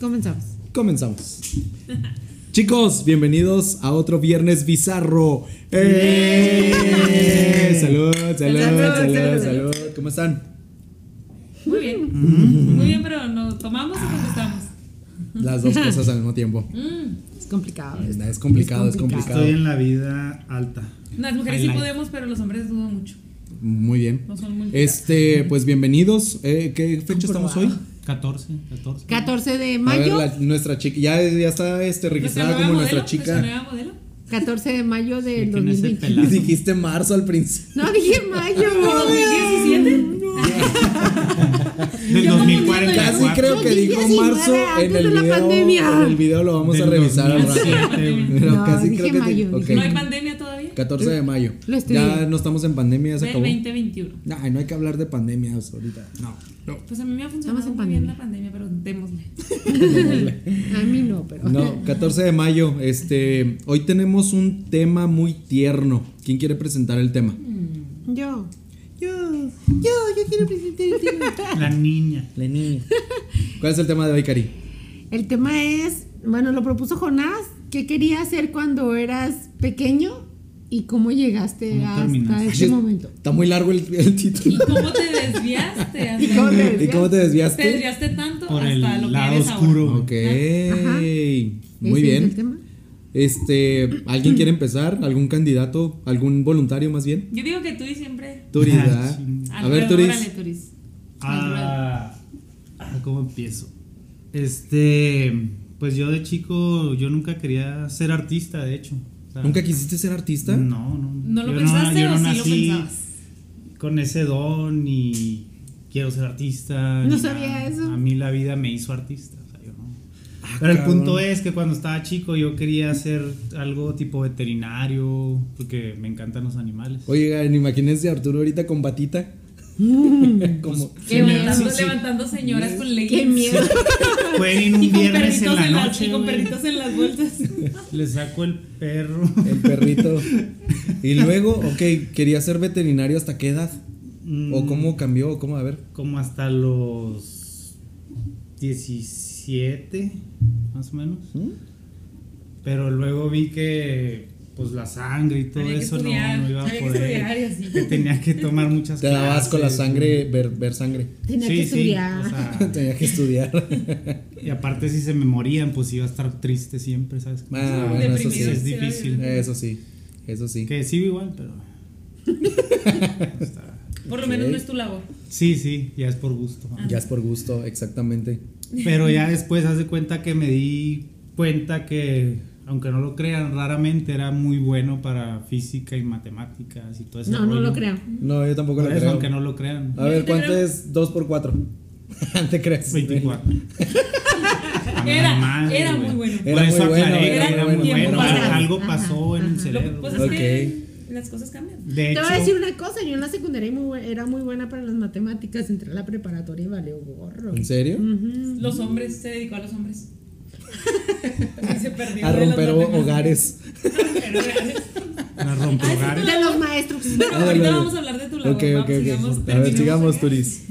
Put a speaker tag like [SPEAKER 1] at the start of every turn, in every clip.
[SPEAKER 1] Comenzamos.
[SPEAKER 2] Comenzamos. Chicos, bienvenidos a otro viernes bizarro. ¡Eh! Salud, salud,
[SPEAKER 1] Salud,
[SPEAKER 2] salud,
[SPEAKER 1] salud.
[SPEAKER 2] salud. ¿Cómo están?
[SPEAKER 3] Muy bien. Muy bien, pero no tomamos o contestamos.
[SPEAKER 2] Las dos cosas al mismo tiempo.
[SPEAKER 1] Es complicado.
[SPEAKER 2] Es, es complicado, es
[SPEAKER 1] Es complicado.
[SPEAKER 2] complicado.
[SPEAKER 4] Estoy en la vida alta.
[SPEAKER 3] Las mujeres sí
[SPEAKER 4] Highlight.
[SPEAKER 3] podemos, pero los hombres dudo mucho.
[SPEAKER 2] Muy bien.
[SPEAKER 3] No son muy
[SPEAKER 2] Este, pues bienvenidos. Eh, ¿Qué fecha estamos hoy?
[SPEAKER 4] 14, 14.
[SPEAKER 1] 14 de
[SPEAKER 2] A ver,
[SPEAKER 1] mayo.
[SPEAKER 2] la- nuestra chica. Ya, ya está este, registrada
[SPEAKER 3] nueva
[SPEAKER 2] como nuestra
[SPEAKER 3] modelo, nuestra
[SPEAKER 2] chica.
[SPEAKER 3] nueva modelo.
[SPEAKER 1] 14 de mayo del
[SPEAKER 4] ¿Quién es el
[SPEAKER 1] 2020.
[SPEAKER 2] Y
[SPEAKER 4] pelado?
[SPEAKER 2] dijiste marzo al principio.
[SPEAKER 1] No, dije mayo.
[SPEAKER 3] ¿2017?
[SPEAKER 4] Del
[SPEAKER 3] Yo como
[SPEAKER 4] 2040.
[SPEAKER 3] niña
[SPEAKER 2] Casi creo que
[SPEAKER 1] Yo dije
[SPEAKER 2] dijo
[SPEAKER 1] así,
[SPEAKER 2] marzo
[SPEAKER 1] madre,
[SPEAKER 2] en
[SPEAKER 1] antes
[SPEAKER 2] el
[SPEAKER 1] de la
[SPEAKER 2] video.
[SPEAKER 1] pandemia.
[SPEAKER 2] En el video lo vamos a
[SPEAKER 4] Del
[SPEAKER 2] revisar al rato.
[SPEAKER 4] 2007, güey.
[SPEAKER 2] Pero
[SPEAKER 1] No,
[SPEAKER 2] casi
[SPEAKER 1] dije
[SPEAKER 2] creo que
[SPEAKER 1] mayo,
[SPEAKER 2] te-
[SPEAKER 1] dije
[SPEAKER 2] ok.
[SPEAKER 3] ¿No hay pandemia todavía?
[SPEAKER 2] 14 de madio.
[SPEAKER 1] Lo estudié.
[SPEAKER 2] Ya no estamos en pandemia, ya se
[SPEAKER 3] Del
[SPEAKER 2] acabó.
[SPEAKER 3] 2021.
[SPEAKER 2] Ay, no hay que hablar de pandemias ahorita. No, no.
[SPEAKER 3] Pues a mí me ha funcionado
[SPEAKER 1] Estamos en
[SPEAKER 3] muy bien la pandemia, pero démosle.
[SPEAKER 1] A mí no, pero.
[SPEAKER 2] No, 14 de mayo. Este, hoy tenemos un tema muy tierno. ¿Quién quiere presentar el tema?
[SPEAKER 1] Yo. Yo. Yo, yo quiero presentar el tema.
[SPEAKER 4] La niña.
[SPEAKER 2] Lenín. ¿Cuál es el tema de hoy, Cari?
[SPEAKER 1] El tema es, bueno, lo propuso Jonás. ¿Qué quería hacer cuando eras pequeño? ¿Y cómo llegaste
[SPEAKER 4] ¿Cómo
[SPEAKER 1] hasta
[SPEAKER 4] terminaste?
[SPEAKER 1] este
[SPEAKER 2] Ay,
[SPEAKER 1] momento?
[SPEAKER 2] Está muy largo el, el
[SPEAKER 3] ¿Y
[SPEAKER 2] título.
[SPEAKER 3] cómo te desviaste?
[SPEAKER 1] ¿Y
[SPEAKER 3] Hasta
[SPEAKER 1] cómo te
[SPEAKER 2] ¿Y cómo te desviaste?
[SPEAKER 3] te desviaste tanto
[SPEAKER 4] Por el
[SPEAKER 3] hasta lo que
[SPEAKER 4] lado
[SPEAKER 3] eres
[SPEAKER 4] oscuro.
[SPEAKER 2] Ok.
[SPEAKER 1] Ajá.
[SPEAKER 2] Muy
[SPEAKER 1] ¿Ese es el
[SPEAKER 2] bien.
[SPEAKER 1] tema?
[SPEAKER 2] Este, ¿alguien quiere empezar? ¿Algún candidato? ¿Algún voluntario más bien?
[SPEAKER 3] ahora. Yo digo que tú y siempre.
[SPEAKER 2] Turis,
[SPEAKER 4] Ah,
[SPEAKER 2] ¿verdad?
[SPEAKER 4] sí.
[SPEAKER 2] A ver,
[SPEAKER 3] Alfredo,
[SPEAKER 2] Turis.
[SPEAKER 3] órale, Turis.
[SPEAKER 4] Ah, ah, ¿Cómo empiezo? Este. Pues yo de chico, yo nunca quería ser artista, de hecho. O sea,
[SPEAKER 2] ¿Nunca quisiste ser artista?
[SPEAKER 4] No, no.
[SPEAKER 3] ¿No lo
[SPEAKER 4] Yo
[SPEAKER 3] pensaste
[SPEAKER 4] yo
[SPEAKER 3] o sí lo
[SPEAKER 4] nací
[SPEAKER 3] pensabas?
[SPEAKER 4] Con ese don y quiero ser artista.
[SPEAKER 1] No
[SPEAKER 4] ni
[SPEAKER 1] sabía eso.
[SPEAKER 4] A mí la vida me hizo artista. o sea, yo no. Pero el punto es que cuando estaba chico yo quería hacer algo tipo veterinario, porque me encantan los animales.
[SPEAKER 2] Oigan, imagínense a Arturo ahorita con batita. Como,
[SPEAKER 4] Sí, me-
[SPEAKER 3] Levantando,
[SPEAKER 4] sí, sí.
[SPEAKER 3] levantando señoras con leggings.
[SPEAKER 1] ¡Qué miedo!
[SPEAKER 4] Pueden ir un
[SPEAKER 3] Y con
[SPEAKER 4] viernes en
[SPEAKER 3] perritos
[SPEAKER 4] la
[SPEAKER 3] en las-
[SPEAKER 4] noche.
[SPEAKER 3] y con
[SPEAKER 4] güey.
[SPEAKER 3] perritos en las vueltas.
[SPEAKER 4] Le saco el perro.
[SPEAKER 2] el perrito. Y luego, ok, quería ser veterinario hasta qué edad? ¿O
[SPEAKER 4] Mm,
[SPEAKER 2] cómo cambió? ¿O ¿Cómo? A ver.
[SPEAKER 4] Como hasta los 17, más o menos.
[SPEAKER 2] ¿Mm?
[SPEAKER 4] Pero luego vi que pues la sangre y todo
[SPEAKER 3] Había que
[SPEAKER 4] eso no-
[SPEAKER 3] estudiar,
[SPEAKER 4] no, iba a
[SPEAKER 3] había que estudiar y
[SPEAKER 4] poder.
[SPEAKER 3] así.
[SPEAKER 4] Que tenía que tomar muchas
[SPEAKER 2] Te dabas con la
[SPEAKER 4] clases,
[SPEAKER 2] sangre, ver, ver sangre.
[SPEAKER 1] Tenía
[SPEAKER 4] Sí,
[SPEAKER 1] que
[SPEAKER 4] sí,
[SPEAKER 1] estudiar.
[SPEAKER 4] o sea,
[SPEAKER 2] Tenía que estudiar.
[SPEAKER 4] y aparte si se me morían, pues iba a estar triste siempre, ¿sabes?
[SPEAKER 2] Ah,
[SPEAKER 3] Sí,
[SPEAKER 2] bueno, eso sí.
[SPEAKER 3] deprimido.
[SPEAKER 4] es difícil.
[SPEAKER 2] Eso sí. Eso sí.
[SPEAKER 4] Que sigo igual, pero...
[SPEAKER 3] Por lo
[SPEAKER 2] Ok.
[SPEAKER 3] menos no es tu labor.
[SPEAKER 4] Sí, sí, ya es por gusto.
[SPEAKER 3] Ah,
[SPEAKER 2] Ya es por gusto, exactamente.
[SPEAKER 4] Pero ya después haz de cuenta que me di cuenta que, aunque no lo crean, raramente era muy bueno para física y matemáticas y todo eso.
[SPEAKER 1] No, no lo creo.
[SPEAKER 2] No, yo tampoco lo creo. Ah,
[SPEAKER 4] Aunque no lo crean.
[SPEAKER 2] A ver, ¿cuánto es 2 por 4? ¿Te crees?
[SPEAKER 4] 24.
[SPEAKER 3] Era-
[SPEAKER 4] Madre,
[SPEAKER 3] era
[SPEAKER 4] güey.
[SPEAKER 3] muy bueno.
[SPEAKER 4] Por
[SPEAKER 2] Era muy
[SPEAKER 4] eso
[SPEAKER 2] bueno,
[SPEAKER 4] aclaré
[SPEAKER 3] era
[SPEAKER 4] que era
[SPEAKER 3] muy
[SPEAKER 4] muy
[SPEAKER 3] bueno.
[SPEAKER 4] bueno.
[SPEAKER 3] Ajá.
[SPEAKER 4] Algo pasó en el
[SPEAKER 3] Lo que
[SPEAKER 4] cerebro.
[SPEAKER 3] pasa es que las cosas cambian.
[SPEAKER 4] De
[SPEAKER 1] Te voy a decir
[SPEAKER 4] hecho,
[SPEAKER 1] una cosa, yo en la secundaria muy bu- era muy buena para las matemáticas, entré a la preparatoria y valió gorro.
[SPEAKER 2] ¿En serio? Mm.
[SPEAKER 3] Los hombres, se dedicó a los hombres. Y se perdió.
[SPEAKER 2] A
[SPEAKER 3] de las
[SPEAKER 2] romper
[SPEAKER 3] matemáticas.
[SPEAKER 2] hogares.
[SPEAKER 3] Pero gracias.
[SPEAKER 4] la
[SPEAKER 3] Ah,
[SPEAKER 4] rompo hogares.
[SPEAKER 1] De los maestros.
[SPEAKER 3] Bueno, ahorita vamos a hablar de tu labor.
[SPEAKER 2] Ah, Ok,
[SPEAKER 3] vamos,
[SPEAKER 2] ok, ok.
[SPEAKER 3] sigamos,
[SPEAKER 2] A ver,
[SPEAKER 3] terminemos
[SPEAKER 2] sigamos,
[SPEAKER 3] acá.
[SPEAKER 2] Turis.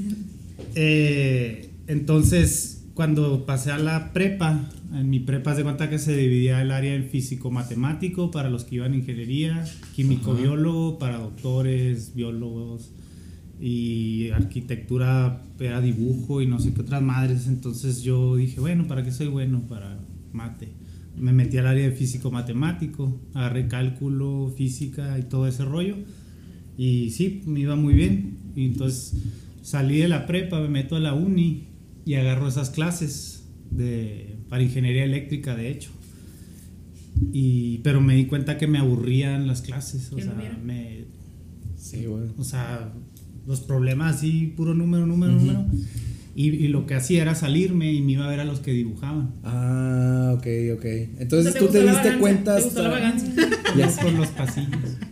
[SPEAKER 4] Eh, entonces, cuando pasé a la prepa, en mi prepa se cuenta que se dividía el área en físico-matemático para los que iban a ingeniería, químico-biólogo para doctores, biólogos y arquitectura era dibujo y no sé qué otras madres. Entonces yo dije, bueno, ¿para qué soy bueno? Para mate. Me metí al área de físico-matemático, agarré cálculo, física y todo ese rollo. Y sí, me iba muy bien. Y entonces salí de la prepa, me meto a la uni y agarro esas clases de, para ingeniería eléctrica, de hecho. Y, pero me di cuenta que me aburrían las clases. O
[SPEAKER 3] ¿Que no
[SPEAKER 4] sea,
[SPEAKER 3] hubiera?
[SPEAKER 4] me,
[SPEAKER 2] Sí, bueno.
[SPEAKER 4] o sea, los problemas así, puro número, número, número. Y, y lo que hacía era salirme y me iba a ver a los que dibujaban.
[SPEAKER 2] Ah, ok, ok.
[SPEAKER 3] O
[SPEAKER 2] Entonces
[SPEAKER 3] sea,
[SPEAKER 2] tú
[SPEAKER 3] gustó
[SPEAKER 2] te
[SPEAKER 3] la
[SPEAKER 2] diste
[SPEAKER 3] vagancia,
[SPEAKER 2] cuenta
[SPEAKER 3] Te gustó la
[SPEAKER 2] hasta
[SPEAKER 3] vagancia.
[SPEAKER 2] Ya.
[SPEAKER 4] por los pasillos.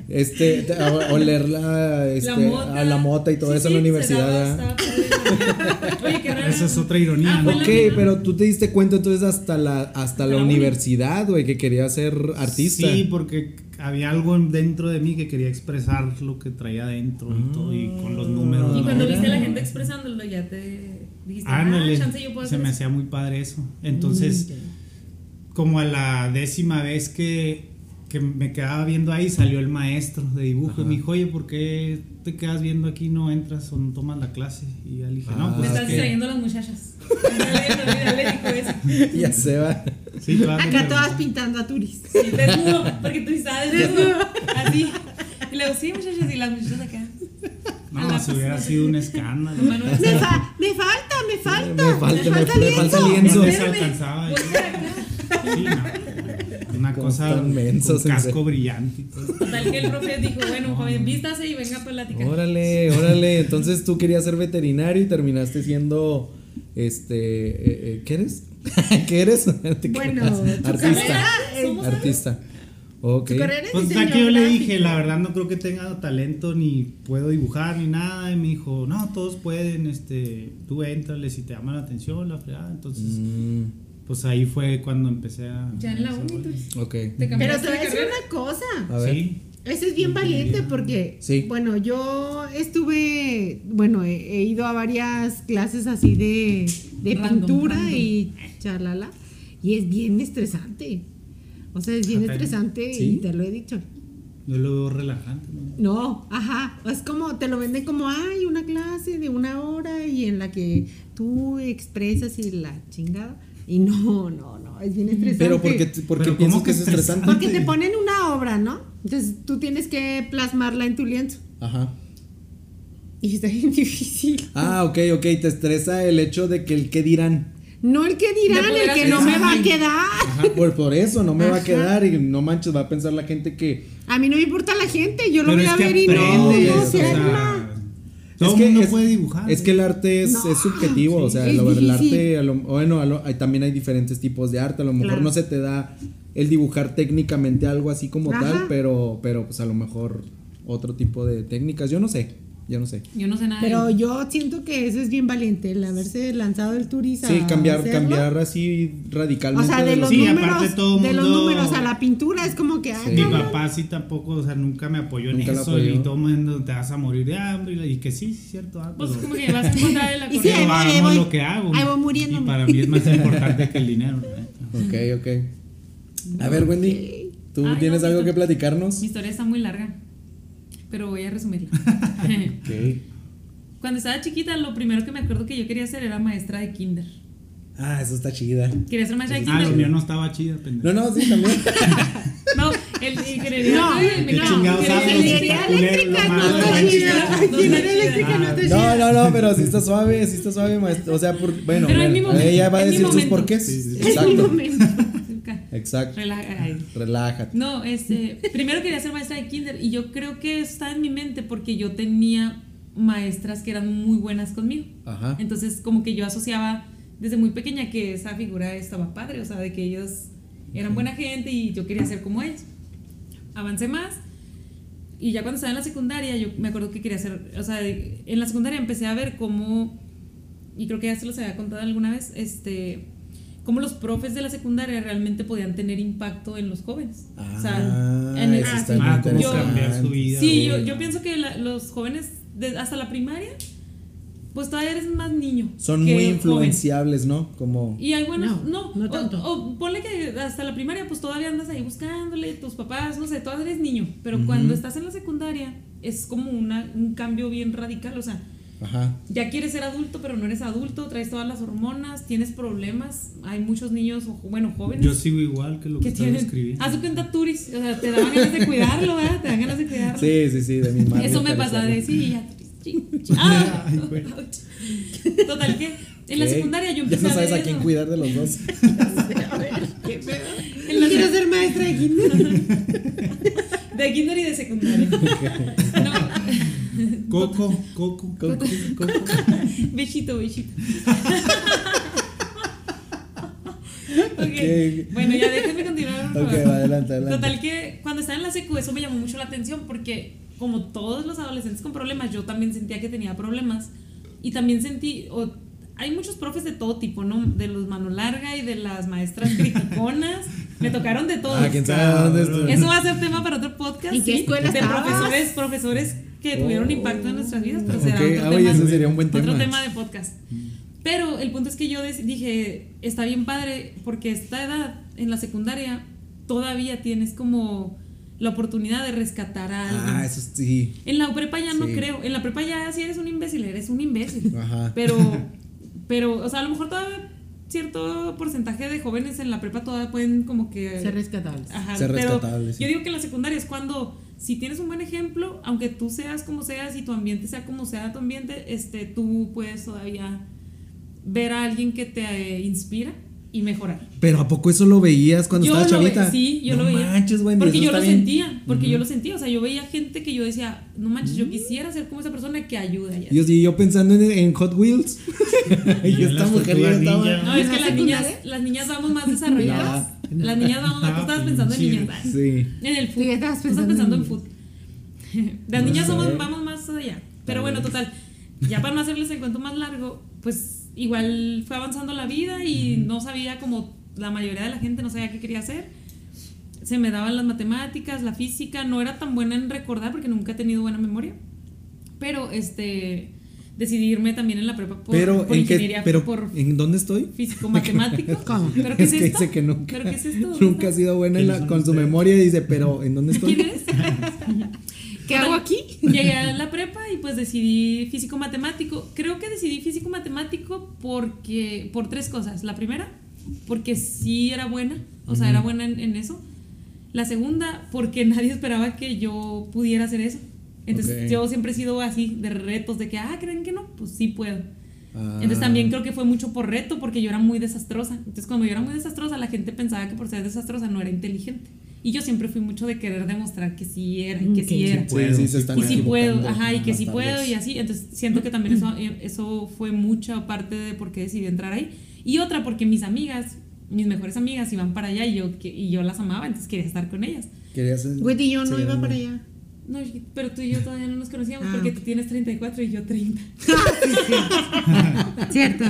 [SPEAKER 2] este, te- a- oler la, este, a la mota y todo
[SPEAKER 3] Sí,
[SPEAKER 2] eso en
[SPEAKER 3] sí,
[SPEAKER 2] la
[SPEAKER 3] se
[SPEAKER 2] universidad.
[SPEAKER 3] daba,
[SPEAKER 2] ¿verdad?
[SPEAKER 3] estaba padre. Oye, qué raro.
[SPEAKER 4] Esa es otra ironía,
[SPEAKER 3] Ah,
[SPEAKER 4] ¿no?
[SPEAKER 3] fue la-
[SPEAKER 2] Ok, pero tú te diste cuenta entonces hasta la hasta la
[SPEAKER 3] la uni.
[SPEAKER 2] universidad, güey, que querías ser artista.
[SPEAKER 4] Sí, porque había algo en- dentro de mí que quería expresar lo que traía dentro y todo, y con los números.
[SPEAKER 3] Y
[SPEAKER 4] ¿no?
[SPEAKER 3] cuando
[SPEAKER 2] Ahora.
[SPEAKER 3] viste a la gente expresándolo, ya te dijiste, ah,
[SPEAKER 4] Ándale,
[SPEAKER 3] chance yo puedo
[SPEAKER 4] se
[SPEAKER 3] hacer
[SPEAKER 4] me
[SPEAKER 3] eso".
[SPEAKER 4] hacía muy padre eso.
[SPEAKER 2] Mm,
[SPEAKER 4] Entonces, como a la décima vez que, que me quedaba viendo ahí, salió el maestro de dibujo y
[SPEAKER 2] Ajá.
[SPEAKER 4] me dijo, oye, ¿por qué te quedas viendo aquí y no entras o no tomas la clase? Y ya le dije,
[SPEAKER 2] Ah,
[SPEAKER 4] no,
[SPEAKER 3] Me
[SPEAKER 4] pues
[SPEAKER 2] ok.
[SPEAKER 3] estás
[SPEAKER 4] es que...
[SPEAKER 3] distrayendo a las muchachas. Dale, dale, dijo eso.
[SPEAKER 2] ya se va.
[SPEAKER 4] Sí, todas me
[SPEAKER 1] Acá todas
[SPEAKER 4] preguntaban.
[SPEAKER 1] pintando a Turis.
[SPEAKER 3] Sí, desnudo, porque tú estabas desnudo. Así. Y luego, sí, muchachas, y las muchachas acá. a la
[SPEAKER 4] No, si hubiera
[SPEAKER 3] piscina.
[SPEAKER 4] sido un escándalo.
[SPEAKER 3] Manuel,
[SPEAKER 1] Me, fa- me falta, me falta.
[SPEAKER 2] me falta- me- me falta
[SPEAKER 4] No
[SPEAKER 2] lienzo.
[SPEAKER 4] les
[SPEAKER 3] Espérame.
[SPEAKER 4] alcanzaba. yo-
[SPEAKER 3] voltea acá.
[SPEAKER 4] Sí, no. Una
[SPEAKER 2] Como
[SPEAKER 4] cosa,
[SPEAKER 2] están mensos,
[SPEAKER 4] un
[SPEAKER 2] en
[SPEAKER 4] casco
[SPEAKER 2] serio.
[SPEAKER 4] brillante y todo.
[SPEAKER 3] Total que el profe dijo, bueno, joven, vístase y venga a platicar.
[SPEAKER 2] Órale, órale. Entonces tú querías ser veterinario y terminaste siendo. Este. eh, eh, ¿Qué eres? ¿Qué eres? Te
[SPEAKER 1] Bueno,
[SPEAKER 2] creas.
[SPEAKER 1] tu
[SPEAKER 2] artista.
[SPEAKER 1] carrera,
[SPEAKER 3] Somos
[SPEAKER 2] Artista. Ok.
[SPEAKER 1] Tu carrera es
[SPEAKER 4] Pues
[SPEAKER 1] diseño
[SPEAKER 4] ya que yo le
[SPEAKER 1] gráfico.
[SPEAKER 4] dije, la verdad no creo que tenga talento ni puedo dibujar ni nada. Y me dijo, no, todos pueden, este, tú entrale si te llama la atención, la fregada. Entonces,
[SPEAKER 2] Mm,
[SPEAKER 4] pues ahí fue cuando empecé a.
[SPEAKER 3] Ya en la uni, pues. tú.
[SPEAKER 1] pues.
[SPEAKER 2] ok.
[SPEAKER 3] Te
[SPEAKER 1] Pero
[SPEAKER 3] cambiaste
[SPEAKER 1] te voy a
[SPEAKER 3] de
[SPEAKER 1] decir
[SPEAKER 3] carrera.
[SPEAKER 1] una cosa.
[SPEAKER 2] A ver.
[SPEAKER 4] Sí.
[SPEAKER 1] Eso es bien valiente porque,
[SPEAKER 2] Sí.
[SPEAKER 1] bueno, yo estuve, bueno, he, he ido a varias clases así de, de
[SPEAKER 3] Random,
[SPEAKER 1] pintura
[SPEAKER 3] random.
[SPEAKER 1] y charlala, y es bien estresante. O sea, es bien
[SPEAKER 4] Ajá.
[SPEAKER 1] estresante
[SPEAKER 2] Sí.
[SPEAKER 1] y te lo he dicho.
[SPEAKER 4] Yo lo veo relajante. ¿no?
[SPEAKER 1] No, ajá, es como, te lo venden como, hay una clase de una hora y en la que tú expresas y la chingada. Y no, no, no, es bien estresante.
[SPEAKER 2] Pero porque, porque
[SPEAKER 4] Pero
[SPEAKER 2] piensas
[SPEAKER 4] ¿cómo que
[SPEAKER 2] que es
[SPEAKER 4] estresante?
[SPEAKER 2] estresante.
[SPEAKER 1] Porque te ponen una obra, ¿no? Entonces tú tienes que plasmarla en tu lienzo.
[SPEAKER 2] Ajá.
[SPEAKER 1] Y está bien difícil.
[SPEAKER 2] Ah, ok, ok. Te estresa el hecho de que el qué dirán.
[SPEAKER 1] No el que dirán,
[SPEAKER 3] De poder
[SPEAKER 1] el que
[SPEAKER 3] hacer
[SPEAKER 1] no me va a
[SPEAKER 3] examen.
[SPEAKER 1] quedar.
[SPEAKER 2] Ajá, por, por eso no me va a
[SPEAKER 1] Ajá.
[SPEAKER 2] quedar y no manches, va a pensar la gente que.
[SPEAKER 1] A mí no me importa la gente, yo lo
[SPEAKER 4] Pero
[SPEAKER 1] voy
[SPEAKER 4] es
[SPEAKER 1] a
[SPEAKER 4] que
[SPEAKER 1] ver y no,
[SPEAKER 4] aprendes,
[SPEAKER 1] no
[SPEAKER 2] o
[SPEAKER 1] se
[SPEAKER 2] sea,
[SPEAKER 1] arma.
[SPEAKER 4] Todo
[SPEAKER 2] es que
[SPEAKER 4] el mundo
[SPEAKER 2] es-
[SPEAKER 4] puede dibujar. ¿eh?
[SPEAKER 2] Es que el arte es,
[SPEAKER 1] No,
[SPEAKER 2] es subjetivo, o sea,
[SPEAKER 1] es
[SPEAKER 2] lo- el
[SPEAKER 1] difícil.
[SPEAKER 2] arte, a lo- bueno, a lo- hay- también hay diferentes tipos de arte, a lo mejor
[SPEAKER 1] Claro.
[SPEAKER 2] no se te da el dibujar técnicamente algo así como
[SPEAKER 1] Ajá.
[SPEAKER 2] tal, pero, pero pues a lo mejor otro tipo de técnicas, yo no sé, yo no sé.
[SPEAKER 3] Yo no sé nada. de
[SPEAKER 1] Pero
[SPEAKER 3] eso.
[SPEAKER 1] yo siento que eso es bien valiente, el haberse lanzado el turista.
[SPEAKER 2] Sí, cambiar, cambiar así radicalmente.
[SPEAKER 1] O sea, de
[SPEAKER 2] de
[SPEAKER 1] los
[SPEAKER 4] Sí, aparte
[SPEAKER 1] números,
[SPEAKER 4] todo
[SPEAKER 1] de los
[SPEAKER 4] mundo-
[SPEAKER 1] números a la pintura es como que ah,
[SPEAKER 2] Sí.
[SPEAKER 4] Mi
[SPEAKER 1] cabrón.
[SPEAKER 4] papá sí tampoco, o sea, nunca me apoyó en
[SPEAKER 2] Nunca lo
[SPEAKER 4] eso.
[SPEAKER 2] apoyó.
[SPEAKER 4] Y todo el mundo te vas a morir de hambre. Y que sí, sí, cierto. ah,
[SPEAKER 3] Pues
[SPEAKER 4] pero-
[SPEAKER 3] como que vas en contra de la
[SPEAKER 1] Y sí,
[SPEAKER 3] corriente.
[SPEAKER 1] ahí
[SPEAKER 4] Pero
[SPEAKER 1] voy, ahí
[SPEAKER 4] amo
[SPEAKER 1] voy.
[SPEAKER 4] lo que hago.
[SPEAKER 1] Ahí voy muriéndome.
[SPEAKER 4] Y para mí es más importante que el dinero. la neta.
[SPEAKER 2] Ok, ok. A ver, Wendy, ¿tú
[SPEAKER 3] Ay,
[SPEAKER 2] tienes
[SPEAKER 3] no,
[SPEAKER 2] algo
[SPEAKER 3] sí,
[SPEAKER 2] que
[SPEAKER 3] no.
[SPEAKER 2] platicarnos?
[SPEAKER 3] Mi historia está muy larga, pero voy a resumirla.
[SPEAKER 2] Ok.
[SPEAKER 3] Cuando estaba chiquita, lo primero que me acuerdo que yo quería ser era maestra de kinder.
[SPEAKER 2] Ah, eso está chida.
[SPEAKER 3] Quería ser maestra de
[SPEAKER 4] Ah, lo
[SPEAKER 3] kinder.
[SPEAKER 4] mío no estaba chido, pendejo.
[SPEAKER 2] No, no, sí, también.
[SPEAKER 3] No, el y quería
[SPEAKER 1] No,
[SPEAKER 3] Ay,
[SPEAKER 4] ¿qué
[SPEAKER 3] no,
[SPEAKER 4] chingados
[SPEAKER 3] quería-
[SPEAKER 4] hablas?
[SPEAKER 1] Ingeniería eléctrica
[SPEAKER 4] Culero,
[SPEAKER 1] no
[SPEAKER 4] no
[SPEAKER 1] está
[SPEAKER 4] manches.
[SPEAKER 1] chida.
[SPEAKER 3] No está
[SPEAKER 1] Ingeniería
[SPEAKER 3] chida.
[SPEAKER 1] eléctrica no está
[SPEAKER 2] No,
[SPEAKER 1] chida.
[SPEAKER 2] no, no, pero sí está suave, sí está suave, maestro. O sea, por, bueno,
[SPEAKER 3] Pero en
[SPEAKER 2] bueno,
[SPEAKER 3] mi momento,
[SPEAKER 2] ella va a
[SPEAKER 3] en mi
[SPEAKER 2] decir sus
[SPEAKER 3] momento.
[SPEAKER 2] porqués.
[SPEAKER 4] Sí, sí, sí.
[SPEAKER 1] Es mi
[SPEAKER 2] Exacto.
[SPEAKER 1] momento.
[SPEAKER 2] Exacto.
[SPEAKER 3] Relaja- ay.
[SPEAKER 2] Relájate.
[SPEAKER 3] No, este, primero quería ser maestra de kinder y yo creo que está en mi mente porque yo tenía maestras que eran muy buenas conmigo.
[SPEAKER 2] Ajá.
[SPEAKER 3] Entonces, como que yo asociaba desde muy pequeña que esa figura estaba padre, o sea, de que ellos eran buena gente y yo quería ser como ellos. Avancé más y ya cuando estaba en la secundaria, yo me acuerdo que quería ser, o sea, de- en la secundaria empecé a ver cómo, y creo que ya se los había contado alguna vez, este, cómo los profes de la secundaria realmente podían tener impacto en los jóvenes. o sea, en el-
[SPEAKER 2] eso está
[SPEAKER 1] ah,
[SPEAKER 2] bien
[SPEAKER 4] Ah, cómo
[SPEAKER 2] interesante.
[SPEAKER 4] cambiar su vida.
[SPEAKER 3] Sí, yo,
[SPEAKER 4] güey.
[SPEAKER 3] yo pienso que la- los jóvenes de- hasta la primaria, pues todavía eres más niño.
[SPEAKER 2] Son
[SPEAKER 3] que
[SPEAKER 2] muy
[SPEAKER 3] joven.
[SPEAKER 2] influenciables, ¿no? Como.
[SPEAKER 3] Y hay buenos, no,
[SPEAKER 1] No, no
[SPEAKER 3] o-
[SPEAKER 1] tanto.
[SPEAKER 3] O, ponle que hasta la primaria, pues todavía andas ahí buscándole, tus papás, no sé, todavía eres niño. Pero cuando estás en la secundaria, es como una, un cambio bien radical. O sea,
[SPEAKER 2] Ajá.
[SPEAKER 3] ya quieres ser adulto, pero no eres adulto, traes todas las hormonas, tienes problemas. Hay muchos niños, o- bueno, jóvenes.
[SPEAKER 4] Yo sigo igual que lo que
[SPEAKER 3] que
[SPEAKER 4] estás
[SPEAKER 3] tienen.
[SPEAKER 4] escribiendo.
[SPEAKER 3] Haz de cuenta, Turis. O sea, te daban ganas de cuidarlo, ¿verdad? Te dan ganas de cuidarlo.
[SPEAKER 2] Sí, sí, sí, de mi madre.
[SPEAKER 3] Eso me pasa de sí, ya. ching, ching. Ah.
[SPEAKER 4] Ay, güey.
[SPEAKER 3] Total que en la secundaria yo
[SPEAKER 2] Ya
[SPEAKER 3] empecé
[SPEAKER 2] no
[SPEAKER 3] a ver
[SPEAKER 2] sabes a quién
[SPEAKER 3] eso.
[SPEAKER 2] cuidar de los dos.
[SPEAKER 3] En la
[SPEAKER 1] Quiero ser maestra de kinder.
[SPEAKER 3] De kinder y de secundaria. No,
[SPEAKER 4] Coco, Coco.
[SPEAKER 2] Coco, coco.
[SPEAKER 3] besito, besito.
[SPEAKER 2] Ok.
[SPEAKER 3] ok. Bueno, ya déjenme continuar. por
[SPEAKER 2] Ok,
[SPEAKER 3] favor.
[SPEAKER 2] adelante, adelante.
[SPEAKER 3] Total que cuando estaba en la secu eso me llamó mucho la atención porque como todos los adolescentes con problemas, yo también sentía que tenía problemas y también sentí o- hay muchos profes de todo tipo, ¿no? De los mano larga y de las maestras criticonas Me tocaron de todo.
[SPEAKER 2] Ah, quién sabe dónde
[SPEAKER 4] Cabrón.
[SPEAKER 2] estuvo.
[SPEAKER 3] Eso va a ser tema para otro podcast.
[SPEAKER 1] ¿En qué
[SPEAKER 3] sí,
[SPEAKER 1] escuela
[SPEAKER 3] De
[SPEAKER 1] estabas?
[SPEAKER 3] profesores, profesores que
[SPEAKER 2] Oh.
[SPEAKER 3] tuvieron impacto en nuestras vidas. Pero será
[SPEAKER 2] Ok,
[SPEAKER 3] otro
[SPEAKER 2] ah, oye,
[SPEAKER 3] tema.
[SPEAKER 2] ese sería un buen
[SPEAKER 3] Otro
[SPEAKER 2] tema.
[SPEAKER 3] tema de podcast. Pero el punto es que yo dec- dije, está bien padre, porque a esta edad, en la secundaria, todavía tienes como la oportunidad de rescatar a alguien.
[SPEAKER 2] Ah, eso sí.
[SPEAKER 3] En la prepa ya no
[SPEAKER 2] Sí.
[SPEAKER 3] creo. En la prepa ya si eres un imbécil, eres un imbécil.
[SPEAKER 2] Ajá.
[SPEAKER 3] Pero, pero, o sea, a lo mejor todavía cierto porcentaje de jóvenes en la prepa todavía pueden como que...
[SPEAKER 1] Ser rescatables.
[SPEAKER 3] Ajá,
[SPEAKER 2] Ser
[SPEAKER 3] pero
[SPEAKER 2] rescatables, sí.
[SPEAKER 3] yo digo que en la secundaria es cuando si tienes un buen ejemplo, aunque tú seas como seas y tu ambiente sea como sea tu ambiente, este, tú puedes todavía ver a alguien que te eh, inspira y mejorar.
[SPEAKER 2] Pero ¿a poco eso lo veías cuando
[SPEAKER 3] yo
[SPEAKER 2] estabas
[SPEAKER 3] lo ve-
[SPEAKER 2] chavita?
[SPEAKER 3] sí, yo
[SPEAKER 2] no
[SPEAKER 3] lo veía.
[SPEAKER 2] Manches, Wendy,
[SPEAKER 3] porque
[SPEAKER 2] eso
[SPEAKER 3] yo
[SPEAKER 2] está
[SPEAKER 3] lo
[SPEAKER 2] bien.
[SPEAKER 3] sentía, porque yo lo sentía, o sea, yo veía gente que yo decía, no manches, yo quisiera ser como esa persona que ayuda. y así.
[SPEAKER 2] Y yo, y yo pensando en, en Hot Wheels. y
[SPEAKER 4] en
[SPEAKER 2] esta
[SPEAKER 4] las
[SPEAKER 2] mujer ya
[SPEAKER 4] tortugas
[SPEAKER 2] estaba.
[SPEAKER 4] ninja.
[SPEAKER 3] No, es que
[SPEAKER 1] ¿En la
[SPEAKER 3] las niñas,
[SPEAKER 1] secundaria? Ah,
[SPEAKER 3] las niñas vamos más desarrolladas. Las niñas vamos más, tú estabas pensando en
[SPEAKER 4] Sí.
[SPEAKER 3] niñas. ¿verdad?
[SPEAKER 2] Sí.
[SPEAKER 3] En el fútbol.
[SPEAKER 1] Sí, estabas
[SPEAKER 3] Tú estás pensando
[SPEAKER 1] pensando en-
[SPEAKER 3] en fútbol. Las
[SPEAKER 2] No
[SPEAKER 3] niñas
[SPEAKER 2] sé.
[SPEAKER 3] somos, vamos más allá. Pero bueno, total. Ya para no hacerles el cuento más largo, pues igual fue avanzando la vida y no sabía como la mayoría de la gente no sabía qué quería hacer. Se me daban las matemáticas, la física, no era tan buena en recordar porque nunca he tenido buena memoria. Pero este decidirme también en la prepa por,
[SPEAKER 2] pero,
[SPEAKER 3] por
[SPEAKER 2] ¿en qué,
[SPEAKER 3] ingeniería
[SPEAKER 2] pero
[SPEAKER 3] por
[SPEAKER 2] ¿en dónde estoy?
[SPEAKER 3] físico matemático.
[SPEAKER 1] ¿Cómo?
[SPEAKER 3] ¿Pero qué es,
[SPEAKER 2] que
[SPEAKER 3] esto?
[SPEAKER 2] dice que nunca,
[SPEAKER 3] ¿Pero qué es esto?
[SPEAKER 2] nunca ha sido buena en la-
[SPEAKER 4] ¿Quiénes son
[SPEAKER 2] con su
[SPEAKER 4] ustedes?
[SPEAKER 2] memoria. Y dice, pero ¿en dónde estoy?
[SPEAKER 3] ¿Quién eres?
[SPEAKER 1] ¿Qué hago aquí?
[SPEAKER 3] Llegué a la prepa y pues decidí físico matemático. Creo que decidí físico matemático porque por tres cosas. La primera, porque sí era buena, o sea, era buena en, en eso. La segunda, porque nadie esperaba que yo pudiera hacer eso. Entonces
[SPEAKER 2] Ok.
[SPEAKER 3] yo siempre he sido así de retos de que ah, creen que no, pues sí puedo.
[SPEAKER 2] Ah,
[SPEAKER 3] Entonces también creo que fue mucho por reto porque yo era muy desastrosa. Entonces cuando yo era muy desastrosa la gente pensaba que por ser desastrosa no era inteligente. Y yo siempre fui mucho de querer demostrar que sí era y que sí
[SPEAKER 1] Mm, que
[SPEAKER 3] era
[SPEAKER 2] Sí, sí, se están
[SPEAKER 3] y sí puedo,
[SPEAKER 2] equivocando
[SPEAKER 3] ajá, y que sí
[SPEAKER 2] bastantes.
[SPEAKER 3] puedo y así. Entonces siento que también eso, eh, eso fue mucha parte de por qué decidí entrar ahí. Y otra porque mis amigas, mis mejores amigas iban para allá y yo, que- y yo las amaba, entonces quería estar con ellas.
[SPEAKER 2] Querías-
[SPEAKER 1] Wendy, yo no
[SPEAKER 2] sí,
[SPEAKER 1] iba para allá.
[SPEAKER 3] No, pero tú y yo todavía no nos conocíamos
[SPEAKER 1] Ah,
[SPEAKER 3] porque
[SPEAKER 1] ok.
[SPEAKER 3] tú tienes 34 y yo 30.
[SPEAKER 1] ¿Cierto?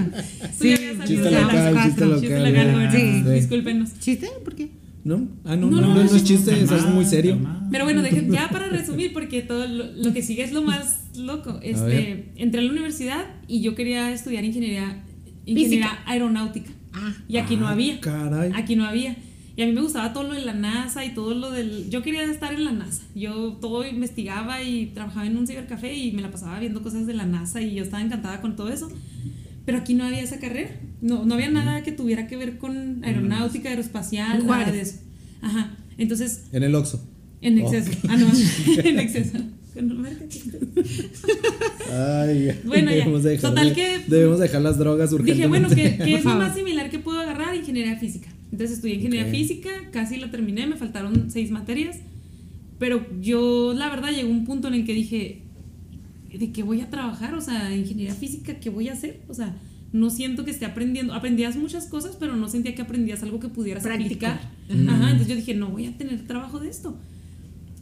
[SPEAKER 3] Tú ya habías salido
[SPEAKER 2] Chiste
[SPEAKER 3] de las
[SPEAKER 2] local, chiste
[SPEAKER 1] cuatro.
[SPEAKER 2] local.
[SPEAKER 3] Yo te la gano, ¿verdad?
[SPEAKER 1] Sí.
[SPEAKER 3] Discúlpenos.
[SPEAKER 1] ¿Chiste? ¿Por qué?
[SPEAKER 2] ¿No? Ah, no,
[SPEAKER 3] No,
[SPEAKER 2] no,
[SPEAKER 3] no,
[SPEAKER 2] no,
[SPEAKER 3] no,
[SPEAKER 2] es chiste, eso es
[SPEAKER 4] Calmada,
[SPEAKER 2] muy serio.
[SPEAKER 4] calmada.
[SPEAKER 3] Pero bueno, dejen, ya para resumir, porque todo lo, lo que sigue es lo más loco. Este,
[SPEAKER 2] ver.
[SPEAKER 3] entré a la universidad y yo quería estudiar ingeniería, ingeniería aeronáutica.
[SPEAKER 1] Ah.
[SPEAKER 3] Y aquí no
[SPEAKER 2] Ah,
[SPEAKER 3] había.
[SPEAKER 2] caray.
[SPEAKER 3] Aquí no había. Y a mí me gustaba todo lo de la NASA y todo lo del... Yo quería estar en la NASA. Yo todo investigaba y trabajaba en un cibercafé y me la pasaba viendo cosas de la NASA y yo estaba encantada con todo eso. Pero aquí no había esa carrera. No, no había nada que tuviera que ver con aeronáutica, aeroespacial,
[SPEAKER 1] En
[SPEAKER 3] nada de
[SPEAKER 1] Juárez.
[SPEAKER 3] eso. Ajá. Entonces
[SPEAKER 2] En el Oxxo.
[SPEAKER 3] en
[SPEAKER 2] Oh.
[SPEAKER 3] exceso. Ah, no, en exceso. Con el marketing.
[SPEAKER 2] Ay,
[SPEAKER 3] Bueno, ya.
[SPEAKER 2] debemos dejar
[SPEAKER 3] Total
[SPEAKER 2] de-
[SPEAKER 3] que-
[SPEAKER 2] Debemos dejar las drogas urgentemente.
[SPEAKER 3] Dije, bueno, ¿qué, qué
[SPEAKER 1] Por
[SPEAKER 3] es lo
[SPEAKER 1] favor.
[SPEAKER 3] más similar que puedo agarrar? Ingeniería física. Entonces estudié ingeniería
[SPEAKER 2] Ok.
[SPEAKER 3] física, casi la terminé, me faltaron seis materias. Pero yo, la verdad, llegó un punto en el que dije, ¿de qué voy a trabajar? O sea, ingeniería física, ¿qué voy a hacer? O sea, no siento que esté aprendiendo. Aprendías muchas cosas, pero no sentía que aprendías algo que pudieras
[SPEAKER 1] Práctico.
[SPEAKER 3] aplicar. Ajá, entonces yo dije, no voy a tener trabajo de esto.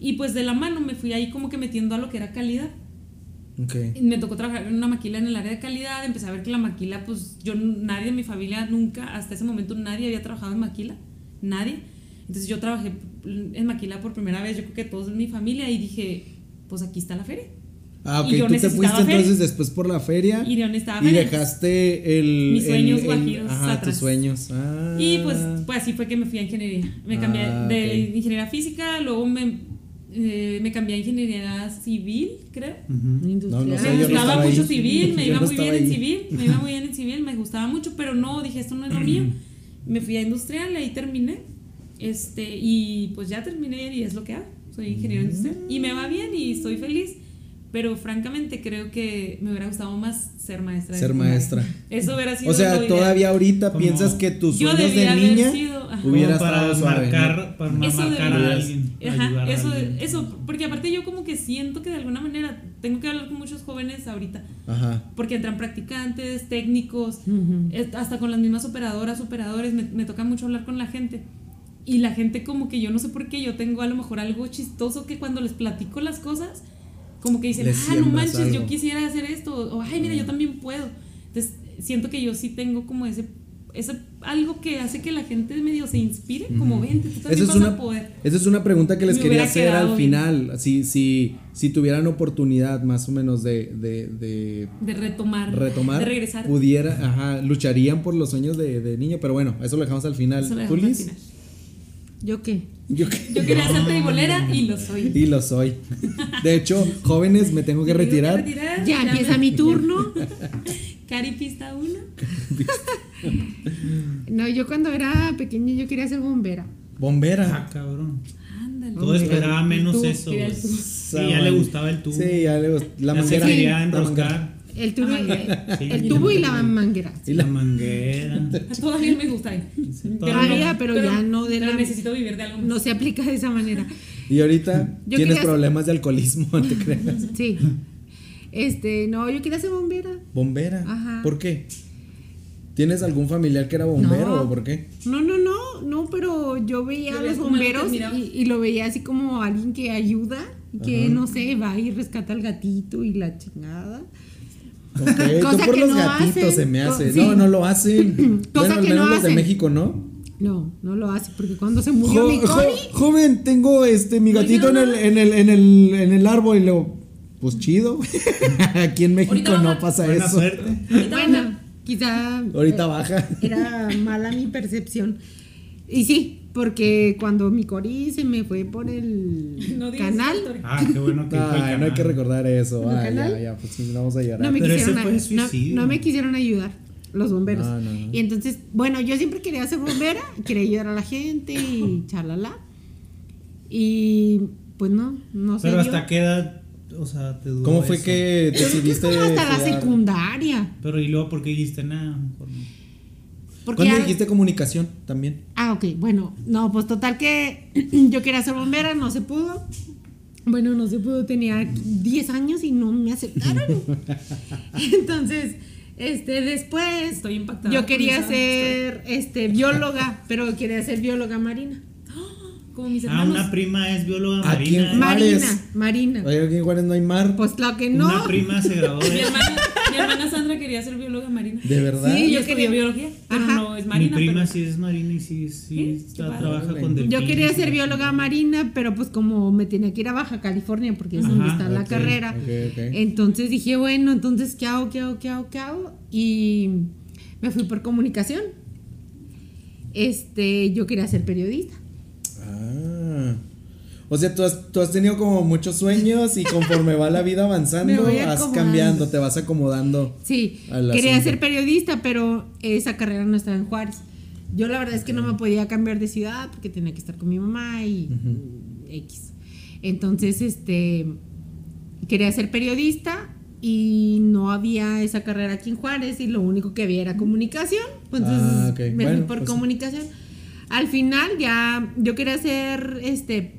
[SPEAKER 3] Y pues de la mano me fui ahí como que metiendo a lo que era calidad.
[SPEAKER 2] Ok.
[SPEAKER 3] me tocó trabajar en una maquila en el área de calidad, empecé a ver que la maquila, pues yo, nadie en mi familia nunca, hasta ese momento nadie había trabajado en maquila, nadie. Entonces yo trabajé en maquila por primera vez, yo creo que todos en mi familia, y dije, pues aquí está la feria.
[SPEAKER 2] Ah, ok.
[SPEAKER 3] Y yo
[SPEAKER 2] Tú te
[SPEAKER 3] necesitaba
[SPEAKER 2] fuiste
[SPEAKER 3] feria.
[SPEAKER 2] entonces después por la feria.
[SPEAKER 3] Y yo necesitaba
[SPEAKER 2] Ah, y
[SPEAKER 3] feria.
[SPEAKER 2] dejaste el.
[SPEAKER 3] Mis sueños
[SPEAKER 2] el- el-
[SPEAKER 3] guajiros
[SPEAKER 2] Ajá,
[SPEAKER 3] atrás.
[SPEAKER 2] tus sueños. Ah.
[SPEAKER 3] Y pues, pues así fue que me fui a ingeniería. Me cambié
[SPEAKER 2] Ah,
[SPEAKER 3] de
[SPEAKER 2] ok.
[SPEAKER 3] ingeniería física, luego me, eh, me cambié a ingeniería civil, creo.
[SPEAKER 4] Ujú.
[SPEAKER 2] No, no sé,
[SPEAKER 3] me
[SPEAKER 2] yo no
[SPEAKER 3] gustaba
[SPEAKER 2] estaba
[SPEAKER 3] mucho
[SPEAKER 2] ahí.
[SPEAKER 3] civil, me
[SPEAKER 2] Yo
[SPEAKER 3] iba
[SPEAKER 2] no
[SPEAKER 3] muy bien
[SPEAKER 2] estaba
[SPEAKER 3] en
[SPEAKER 2] ahí.
[SPEAKER 3] civil, me iba muy bien en civil, me gustaba mucho, pero no, dije, esto no es lo mío. Me fui a industrial, ahí terminé. Este, y pues ya terminé y es lo que hago. Soy
[SPEAKER 2] Mm.
[SPEAKER 3] ingeniero industrial y me va bien y estoy feliz, pero francamente creo que me hubiera gustado más ser maestra. de
[SPEAKER 2] Ser
[SPEAKER 3] primaria.
[SPEAKER 2] maestra.
[SPEAKER 3] Eso hubiera sido
[SPEAKER 2] O
[SPEAKER 3] lo
[SPEAKER 2] sea,
[SPEAKER 3] ideal.
[SPEAKER 2] todavía ahorita
[SPEAKER 4] Como-
[SPEAKER 2] piensas que tus
[SPEAKER 3] Yo
[SPEAKER 2] sueños
[SPEAKER 3] debí
[SPEAKER 2] de
[SPEAKER 3] haber
[SPEAKER 2] niña
[SPEAKER 3] sido, ajá.
[SPEAKER 2] hubiera
[SPEAKER 4] Como para
[SPEAKER 2] estado suave. ¿no?
[SPEAKER 4] marcar, para
[SPEAKER 3] eso
[SPEAKER 4] marcar
[SPEAKER 3] debería-
[SPEAKER 4] a alguien.
[SPEAKER 3] ajá,
[SPEAKER 4] ayudar a
[SPEAKER 3] eso,
[SPEAKER 4] alguien.
[SPEAKER 3] eso, porque aparte yo como que siento que de alguna manera tengo que hablar con muchos jóvenes ahorita.
[SPEAKER 2] Ajá.
[SPEAKER 3] porque entran practicantes, técnicos, es- hasta con las mismas operadoras, operadores, me, me toca mucho hablar con la gente. Y la gente como que yo no sé por qué, yo tengo a lo mejor algo chistoso que cuando les platico las cosas, como que dicen,
[SPEAKER 2] Les
[SPEAKER 3] ah, no
[SPEAKER 2] siembras
[SPEAKER 3] manches, yo
[SPEAKER 2] algo".
[SPEAKER 3] quisiera hacer esto, o ay, mira, yo también puedo. Entonces, siento que yo sí tengo como ese es algo que hace que la gente medio se inspire, como vente, tú también
[SPEAKER 2] Esa es,
[SPEAKER 3] vas
[SPEAKER 2] una,
[SPEAKER 3] a poder.
[SPEAKER 2] esa es una pregunta que les
[SPEAKER 3] Me
[SPEAKER 2] quería
[SPEAKER 3] hubiera
[SPEAKER 2] hacer al
[SPEAKER 3] quedado bien.
[SPEAKER 2] final. Si, si, si tuvieran oportunidad más o menos de, de- de
[SPEAKER 3] De retomar.
[SPEAKER 2] retomar,
[SPEAKER 3] De regresar.
[SPEAKER 2] pudiera, ajá, lucharían por los sueños de, de niño, pero bueno, eso lo dejamos al final.
[SPEAKER 3] Eso lo
[SPEAKER 2] ¿Tú,
[SPEAKER 3] dejamos al
[SPEAKER 2] Liz?
[SPEAKER 3] final.
[SPEAKER 1] ¿Yo qué?
[SPEAKER 2] Yo que-
[SPEAKER 3] Yo quería ser tribolera y lo soy.
[SPEAKER 2] y lo soy. De hecho, jóvenes, me tengo que
[SPEAKER 3] Me tengo
[SPEAKER 2] retirar.
[SPEAKER 1] Ya empieza
[SPEAKER 3] me-
[SPEAKER 1] mi turno.
[SPEAKER 3] Cari pista 1.
[SPEAKER 1] No, yo cuando era pequeña yo quería ser bombera.
[SPEAKER 2] Bombera.
[SPEAKER 4] Ah, cabrón.
[SPEAKER 3] Ándale.
[SPEAKER 4] Todo esperaba menos
[SPEAKER 3] Tú,
[SPEAKER 4] eso.
[SPEAKER 3] quería el
[SPEAKER 4] güey.
[SPEAKER 3] tú.
[SPEAKER 4] Sí, ya le gustaba el tubo.
[SPEAKER 2] Sí, ya le gustaba. La
[SPEAKER 4] ya se
[SPEAKER 2] manguera.
[SPEAKER 4] quería
[SPEAKER 2] La manguera.
[SPEAKER 4] enroscar.
[SPEAKER 1] El tubo,
[SPEAKER 4] manguera. Sí.
[SPEAKER 1] el tubo y la manguera.
[SPEAKER 4] Y la manguera.
[SPEAKER 3] Todavía me gusta. eh.
[SPEAKER 1] Todavía, pero ya no de
[SPEAKER 3] pero
[SPEAKER 1] la-
[SPEAKER 3] necesito vivir de algo más.
[SPEAKER 1] No se aplica de esa manera.
[SPEAKER 2] Y ahorita
[SPEAKER 1] Yo
[SPEAKER 2] tienes
[SPEAKER 1] quería-
[SPEAKER 2] problemas de alcoholismo, no te creas.
[SPEAKER 1] Sí. Este, no, yo quería ser bombera.
[SPEAKER 2] Bombera.
[SPEAKER 1] Ajá.
[SPEAKER 2] ¿Por qué? ¿Tienes algún familiar que era bombero
[SPEAKER 1] No.
[SPEAKER 2] o por qué?
[SPEAKER 1] No, no, no, no, pero yo veía
[SPEAKER 3] Lo
[SPEAKER 1] a
[SPEAKER 3] veías
[SPEAKER 1] los
[SPEAKER 3] como algo que
[SPEAKER 1] bomberos y,
[SPEAKER 3] admirabas.
[SPEAKER 1] y lo veía así como alguien que ayuda, que no sé, va y rescata al gatito y la chingada.
[SPEAKER 2] Ok, tú
[SPEAKER 1] Cosa
[SPEAKER 2] por
[SPEAKER 1] que
[SPEAKER 2] los
[SPEAKER 1] no
[SPEAKER 2] gatitos
[SPEAKER 1] hacen.
[SPEAKER 2] se me
[SPEAKER 1] Co-
[SPEAKER 2] hace.
[SPEAKER 1] sí.
[SPEAKER 2] No, no lo hacen.
[SPEAKER 1] Cosa
[SPEAKER 2] bueno, al
[SPEAKER 1] que no
[SPEAKER 2] menos los de
[SPEAKER 1] hacen.
[SPEAKER 2] México, ¿no?
[SPEAKER 1] No, no lo hace, porque cuando se murió
[SPEAKER 2] Jo-
[SPEAKER 1] mi
[SPEAKER 2] jo-
[SPEAKER 1] Connie,
[SPEAKER 2] joven, tengo este mi
[SPEAKER 3] No,
[SPEAKER 2] gatito
[SPEAKER 3] yo
[SPEAKER 2] en, el,
[SPEAKER 3] no.
[SPEAKER 2] en, el, en, el, en el árbol y luego, pues chido. Aquí en México
[SPEAKER 3] Ahorita
[SPEAKER 2] no
[SPEAKER 3] baja.
[SPEAKER 2] pasa
[SPEAKER 4] Buena
[SPEAKER 2] eso.
[SPEAKER 4] suerte.
[SPEAKER 1] bueno, quizá
[SPEAKER 2] Ahorita baja.
[SPEAKER 1] era mala mi percepción. Y sí, porque cuando mi Cori se me fue por el
[SPEAKER 3] No digas
[SPEAKER 1] canal,
[SPEAKER 3] esa historia.
[SPEAKER 4] Ah, qué bueno que dijo
[SPEAKER 2] Ay,
[SPEAKER 4] el
[SPEAKER 2] no hay
[SPEAKER 4] canal.
[SPEAKER 2] que recordar eso.
[SPEAKER 1] ¿En el
[SPEAKER 2] Ay, ya,
[SPEAKER 1] canal?
[SPEAKER 2] ya, pues sí, no vamos a llorar.
[SPEAKER 1] no me,
[SPEAKER 4] Pero ese
[SPEAKER 1] quisieron,
[SPEAKER 4] fue
[SPEAKER 1] a- no-
[SPEAKER 4] suicidio.
[SPEAKER 1] no me quisieron ayudar los bomberos.
[SPEAKER 2] No, no, no.
[SPEAKER 1] Y entonces, bueno, yo siempre quería ser bombera, quería ayudar a la gente y chalala. Y pues no, no sé.
[SPEAKER 4] Pero hasta qué edad, o sea, te duró
[SPEAKER 2] ¿Cómo fue
[SPEAKER 4] eso?
[SPEAKER 2] que decidiste?
[SPEAKER 1] hasta la
[SPEAKER 2] estudiar?
[SPEAKER 1] secundaria.
[SPEAKER 4] Pero y luego, ¿por qué dijiste nada? Mejor no.
[SPEAKER 1] Porque
[SPEAKER 2] ¿Cuándo
[SPEAKER 1] ya-
[SPEAKER 2] dijiste comunicación también?
[SPEAKER 1] Ah, ok, bueno, no, pues total que yo quería ser bombera, no se pudo. Bueno, no se pudo, tenía 10 años y no me aceptaron. Entonces, este, después
[SPEAKER 3] Estoy impactada
[SPEAKER 1] yo
[SPEAKER 3] con
[SPEAKER 1] quería
[SPEAKER 3] esa
[SPEAKER 1] ser este, bióloga, pero quería ser bióloga marina.
[SPEAKER 3] Como mis
[SPEAKER 4] Ah,
[SPEAKER 3] hermanos.
[SPEAKER 4] una prima es bióloga
[SPEAKER 2] ¿A quién
[SPEAKER 4] marina.
[SPEAKER 2] fue?
[SPEAKER 4] ¿eh?
[SPEAKER 2] Juárez.
[SPEAKER 1] Marina, marina.
[SPEAKER 2] Oye, aquí en Juárez no hay mar.
[SPEAKER 1] Pues claro que no.
[SPEAKER 4] Una prima se graduó
[SPEAKER 3] mi,
[SPEAKER 4] de
[SPEAKER 3] hermana, mi hermana Sandra quería ser bióloga marina.
[SPEAKER 2] ¿De verdad?
[SPEAKER 1] Sí,
[SPEAKER 3] Y
[SPEAKER 1] yo
[SPEAKER 3] yo estudió
[SPEAKER 1] quería-
[SPEAKER 3] biología, pero
[SPEAKER 1] Ajá.
[SPEAKER 3] no es marina.
[SPEAKER 4] Mi prima
[SPEAKER 3] pero-
[SPEAKER 4] sí es marina y sí, sí,
[SPEAKER 3] ¿Sí?
[SPEAKER 4] está-
[SPEAKER 3] Qué padre.
[SPEAKER 4] trabaja con delfines.
[SPEAKER 1] ¿Eh? Yo quería ser bióloga marina, pero pues como me tenía que ir a Baja California porque es donde
[SPEAKER 4] Ajá,
[SPEAKER 1] está la
[SPEAKER 2] ok,
[SPEAKER 1] carrera.
[SPEAKER 2] ok, ok.
[SPEAKER 1] Entonces dije, bueno, entonces ¿qué hago, qué hago, qué hago, qué hago? Y me fui por comunicación. Este, yo quería ser periodista.
[SPEAKER 2] Ah. O sea, tú has, tú has tenido como muchos sueños y conforme va la vida
[SPEAKER 1] Me
[SPEAKER 2] avanzando,
[SPEAKER 1] voy
[SPEAKER 2] vas
[SPEAKER 1] acomodando.
[SPEAKER 2] cambiando, te vas acomodando.
[SPEAKER 1] Sí,
[SPEAKER 2] Al
[SPEAKER 1] quería
[SPEAKER 2] asunto.
[SPEAKER 1] ser periodista, pero esa carrera no estaba en Juárez. Yo la verdad es que no me podía cambiar de ciudad porque tenía que estar con mi mamá y X. Entonces, este, quería ser periodista y no había esa carrera aquí en Juárez y lo único que había era comunicación. Pues, Entonces,
[SPEAKER 2] Ah, ok.
[SPEAKER 1] me
[SPEAKER 2] Bueno,
[SPEAKER 1] fui por
[SPEAKER 2] pues-
[SPEAKER 1] comunicación. Al final ya, yo quería ser, este,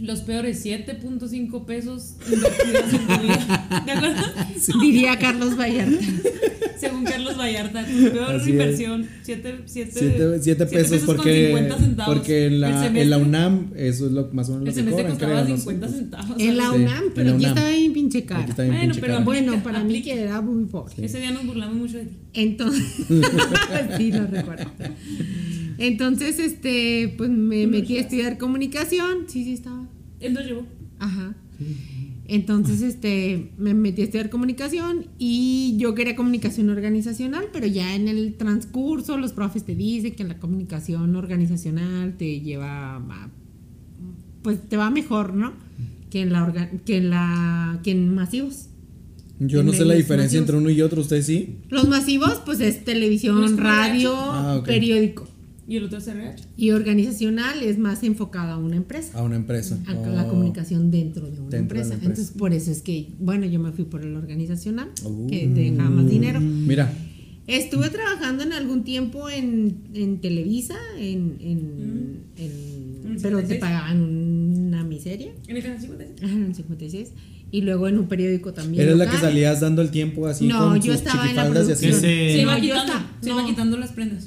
[SPEAKER 3] Los peores 7.5 pesos invertidos en tu vida. ¿De acuerdo?
[SPEAKER 1] diría Carlos Vallarta.
[SPEAKER 3] Según Carlos Vallarta, tu peor
[SPEAKER 2] Así es.
[SPEAKER 3] inversión, 7 siete,
[SPEAKER 2] Siete, siete pesos,
[SPEAKER 3] con
[SPEAKER 2] porque,
[SPEAKER 3] 50 centavos.
[SPEAKER 2] porque en,
[SPEAKER 3] El
[SPEAKER 2] la,
[SPEAKER 3] semestre-
[SPEAKER 2] en la UNAM eso es lo más o menos
[SPEAKER 3] El
[SPEAKER 2] lo que
[SPEAKER 3] semestre
[SPEAKER 2] cobran,
[SPEAKER 3] costaba
[SPEAKER 2] creo, no sé.
[SPEAKER 3] 50 centavos.
[SPEAKER 1] En la
[SPEAKER 2] Sí,
[SPEAKER 1] UNAM,
[SPEAKER 2] en
[SPEAKER 1] pero
[SPEAKER 2] la
[SPEAKER 1] aquí
[SPEAKER 2] UNAM.
[SPEAKER 1] estaba bien pinche
[SPEAKER 2] Aquí
[SPEAKER 1] cara.
[SPEAKER 2] está bien
[SPEAKER 3] Bueno,
[SPEAKER 2] pinche
[SPEAKER 3] pero
[SPEAKER 2] caro.
[SPEAKER 3] bueno,
[SPEAKER 1] Bueno, para mí
[SPEAKER 3] Aplica.
[SPEAKER 1] que era muy pobre.
[SPEAKER 3] Ese día nos burlamos mucho de ti.
[SPEAKER 1] Entonces, sí, lo recuerdo. Entonces, este, pues me metí a estudiar comunicación. Sí, sí, estaba.
[SPEAKER 3] Él nos llevó.
[SPEAKER 1] Ajá. Entonces, este, me metí a estudiar comunicación y yo quería comunicación organizacional, pero ya en el transcurso los profes te dicen que la comunicación organizacional te lleva a- pues te va mejor, ¿no? Que en la orga- que en la que en masivos.
[SPEAKER 2] Yo no
[SPEAKER 1] en
[SPEAKER 2] sé la
[SPEAKER 1] medios
[SPEAKER 2] diferencia entre
[SPEAKER 1] masivos.
[SPEAKER 2] uno y otro, usted sí.
[SPEAKER 1] Los masivos, pues es
[SPEAKER 3] Uno es
[SPEAKER 1] televisión,
[SPEAKER 3] como
[SPEAKER 1] radio,
[SPEAKER 2] Ah, ok.
[SPEAKER 1] periódico.
[SPEAKER 3] Y el otro es RH.
[SPEAKER 1] Y organizacional es más enfocada a una empresa,
[SPEAKER 2] A una empresa.
[SPEAKER 1] a la
[SPEAKER 2] Oh.
[SPEAKER 1] comunicación dentro de una
[SPEAKER 2] Dentro de la
[SPEAKER 1] empresa.
[SPEAKER 2] empresa.
[SPEAKER 1] Entonces, por eso es que, bueno, yo me fui por el organizacional,
[SPEAKER 2] Uh.
[SPEAKER 1] que te deja más dinero.
[SPEAKER 2] Mira,
[SPEAKER 1] Estuve trabajando en algún tiempo en, en Televisa, en, en- en-
[SPEAKER 3] En el
[SPEAKER 1] pero te
[SPEAKER 3] 56.
[SPEAKER 1] pagaban una miseria,
[SPEAKER 3] En el canal 56.
[SPEAKER 1] en el 56, y luego en un periódico también.
[SPEAKER 2] eres la que
[SPEAKER 1] local.
[SPEAKER 2] salías dando el tiempo así
[SPEAKER 1] No,
[SPEAKER 2] con
[SPEAKER 1] yo
[SPEAKER 2] sus
[SPEAKER 1] estaba en la
[SPEAKER 2] chiquifaldas y así.
[SPEAKER 4] Que
[SPEAKER 1] producción.
[SPEAKER 4] se-
[SPEAKER 3] Se
[SPEAKER 1] Sí.
[SPEAKER 3] iba
[SPEAKER 1] no, yo
[SPEAKER 3] quitando,
[SPEAKER 1] está-
[SPEAKER 3] se iba
[SPEAKER 1] no.
[SPEAKER 3] quitando las prendas.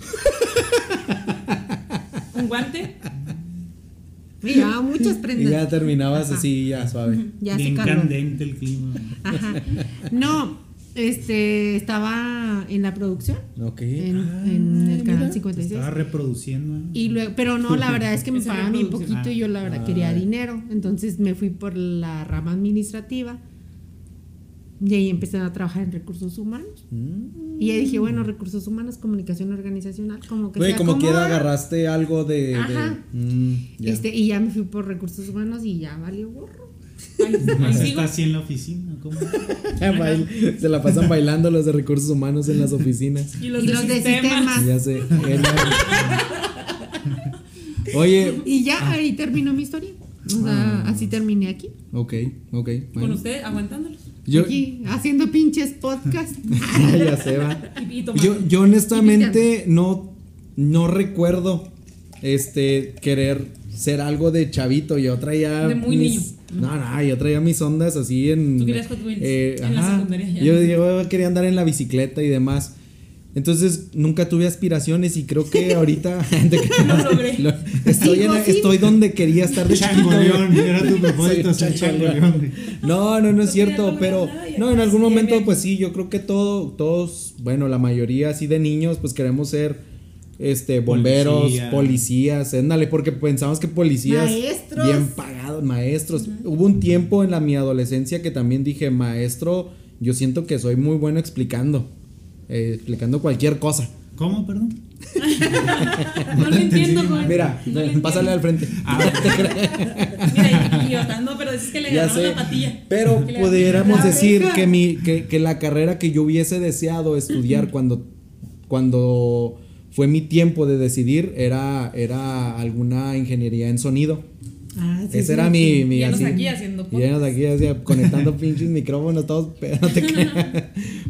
[SPEAKER 3] Un guante.
[SPEAKER 1] Me llevaba muchas
[SPEAKER 2] Y
[SPEAKER 1] prendas.
[SPEAKER 2] ya terminabas
[SPEAKER 1] Ajá.
[SPEAKER 2] así, ya suave.
[SPEAKER 1] Ya se
[SPEAKER 4] Bien
[SPEAKER 1] caló.
[SPEAKER 4] candente el clima.
[SPEAKER 1] Ajá. No, Este, estaba en la producción.
[SPEAKER 2] Ok.
[SPEAKER 1] En- en el
[SPEAKER 2] Ah,
[SPEAKER 1] canal
[SPEAKER 2] mira.
[SPEAKER 1] 56.
[SPEAKER 4] Estaba reproduciendo. ¿eh?
[SPEAKER 1] Y luego, pero no, la verdad es que me
[SPEAKER 3] Esa
[SPEAKER 1] pagaban bien
[SPEAKER 3] reproducción.
[SPEAKER 1] poquito y yo la verdad
[SPEAKER 2] Ah.
[SPEAKER 1] quería dinero. Entonces me fui por la rama administrativa y ahí empecé a trabajar en recursos humanos.
[SPEAKER 2] Mm.
[SPEAKER 1] Y ahí dije, bueno, recursos humanos, comunicación organizacional, como que...
[SPEAKER 2] Güey,
[SPEAKER 1] se
[SPEAKER 2] como quiera
[SPEAKER 1] acomoda.
[SPEAKER 2] agarraste algo de. de-
[SPEAKER 1] Ajá.
[SPEAKER 2] Mm, ya.
[SPEAKER 1] Este, y ya me fui por recursos humanos y ya valió gorro.
[SPEAKER 3] Ahí, ahí
[SPEAKER 4] Nomás
[SPEAKER 3] sigo.
[SPEAKER 4] está así en la oficina. ¿Cómo?
[SPEAKER 2] Bail- se la pasan bailando los de recursos humanos en las oficinas.
[SPEAKER 3] Y
[SPEAKER 1] y los de sistemas.
[SPEAKER 2] Ya sé. Eh, no. Oye,
[SPEAKER 1] Y ya ahí terminó mi historia. O sea,
[SPEAKER 2] Ah.
[SPEAKER 1] así terminé aquí.
[SPEAKER 2] ok, ok.
[SPEAKER 3] Con
[SPEAKER 2] bueno.
[SPEAKER 3] ustedes, aguantándolos.
[SPEAKER 2] Yo,
[SPEAKER 1] Aquí, haciendo pinches podcast.
[SPEAKER 2] ya se va.
[SPEAKER 3] Y, y
[SPEAKER 2] Yo,
[SPEAKER 3] tomando.
[SPEAKER 2] yo honestamente no, no recuerdo este querer ser algo de chavito. Yo traía.
[SPEAKER 3] De muy
[SPEAKER 2] mis- No, no, yo traía mis ondas así en. eh,
[SPEAKER 3] Tú querías Hot Wheels en la secundaria ya.
[SPEAKER 2] Yo, yo quería andar en la bicicleta y demás. Entonces nunca tuve aspiraciones y creo que ahorita
[SPEAKER 3] Lo logré.
[SPEAKER 2] Lo- estoy, en-
[SPEAKER 1] Sigo sin-
[SPEAKER 2] estoy donde quería estar de chiquito, güey.
[SPEAKER 4] Changoleón, era tu propósito,
[SPEAKER 2] Soy
[SPEAKER 4] ser
[SPEAKER 2] changoleón.
[SPEAKER 4] changoleón. güey.
[SPEAKER 2] No, no, no es
[SPEAKER 3] No tiene
[SPEAKER 2] cierto,
[SPEAKER 3] algo
[SPEAKER 2] pero
[SPEAKER 3] grabado y
[SPEAKER 2] no, en
[SPEAKER 3] acá
[SPEAKER 2] algún
[SPEAKER 3] sí,
[SPEAKER 2] momento
[SPEAKER 3] bien.
[SPEAKER 2] pues sí, yo creo que todo, todos, bueno, la mayoría así de niños pues queremos ser este bomberos,
[SPEAKER 4] Policía.
[SPEAKER 2] policías, ándale, porque pensamos que policías
[SPEAKER 1] Maestros.
[SPEAKER 2] bien pagados, maestros. Hubo un tiempo en la mi adolescencia que también dije, "Maestro, yo siento que soy muy bueno explicando, eh, explicando cualquier cosa."
[SPEAKER 4] ¿Cómo, perdón?
[SPEAKER 3] No lo entiendo, joven.
[SPEAKER 2] Mira,
[SPEAKER 3] No lo entiendo.
[SPEAKER 2] pásale al frente.
[SPEAKER 3] Mira, y, y yo, no, pero es que le
[SPEAKER 2] Ya
[SPEAKER 3] agarraron
[SPEAKER 2] sé.
[SPEAKER 3] la patilla.
[SPEAKER 2] Pero
[SPEAKER 3] Que le-
[SPEAKER 2] pudiéramos
[SPEAKER 3] la
[SPEAKER 2] decir
[SPEAKER 3] oreja.
[SPEAKER 2] que, mi, que, que la carrera que yo hubiese deseado estudiar cuando, cuando fue mi tiempo de decidir era, era alguna ingeniería en sonido.
[SPEAKER 1] Ah, sí,
[SPEAKER 2] Ese
[SPEAKER 1] sí,
[SPEAKER 2] era
[SPEAKER 1] sí.
[SPEAKER 2] mi, mi
[SPEAKER 3] Y ya nos
[SPEAKER 2] así-
[SPEAKER 3] aquí haciendo
[SPEAKER 2] y ya nos aquí hacía- conectando pinches micrófonos todos, pero no te creas.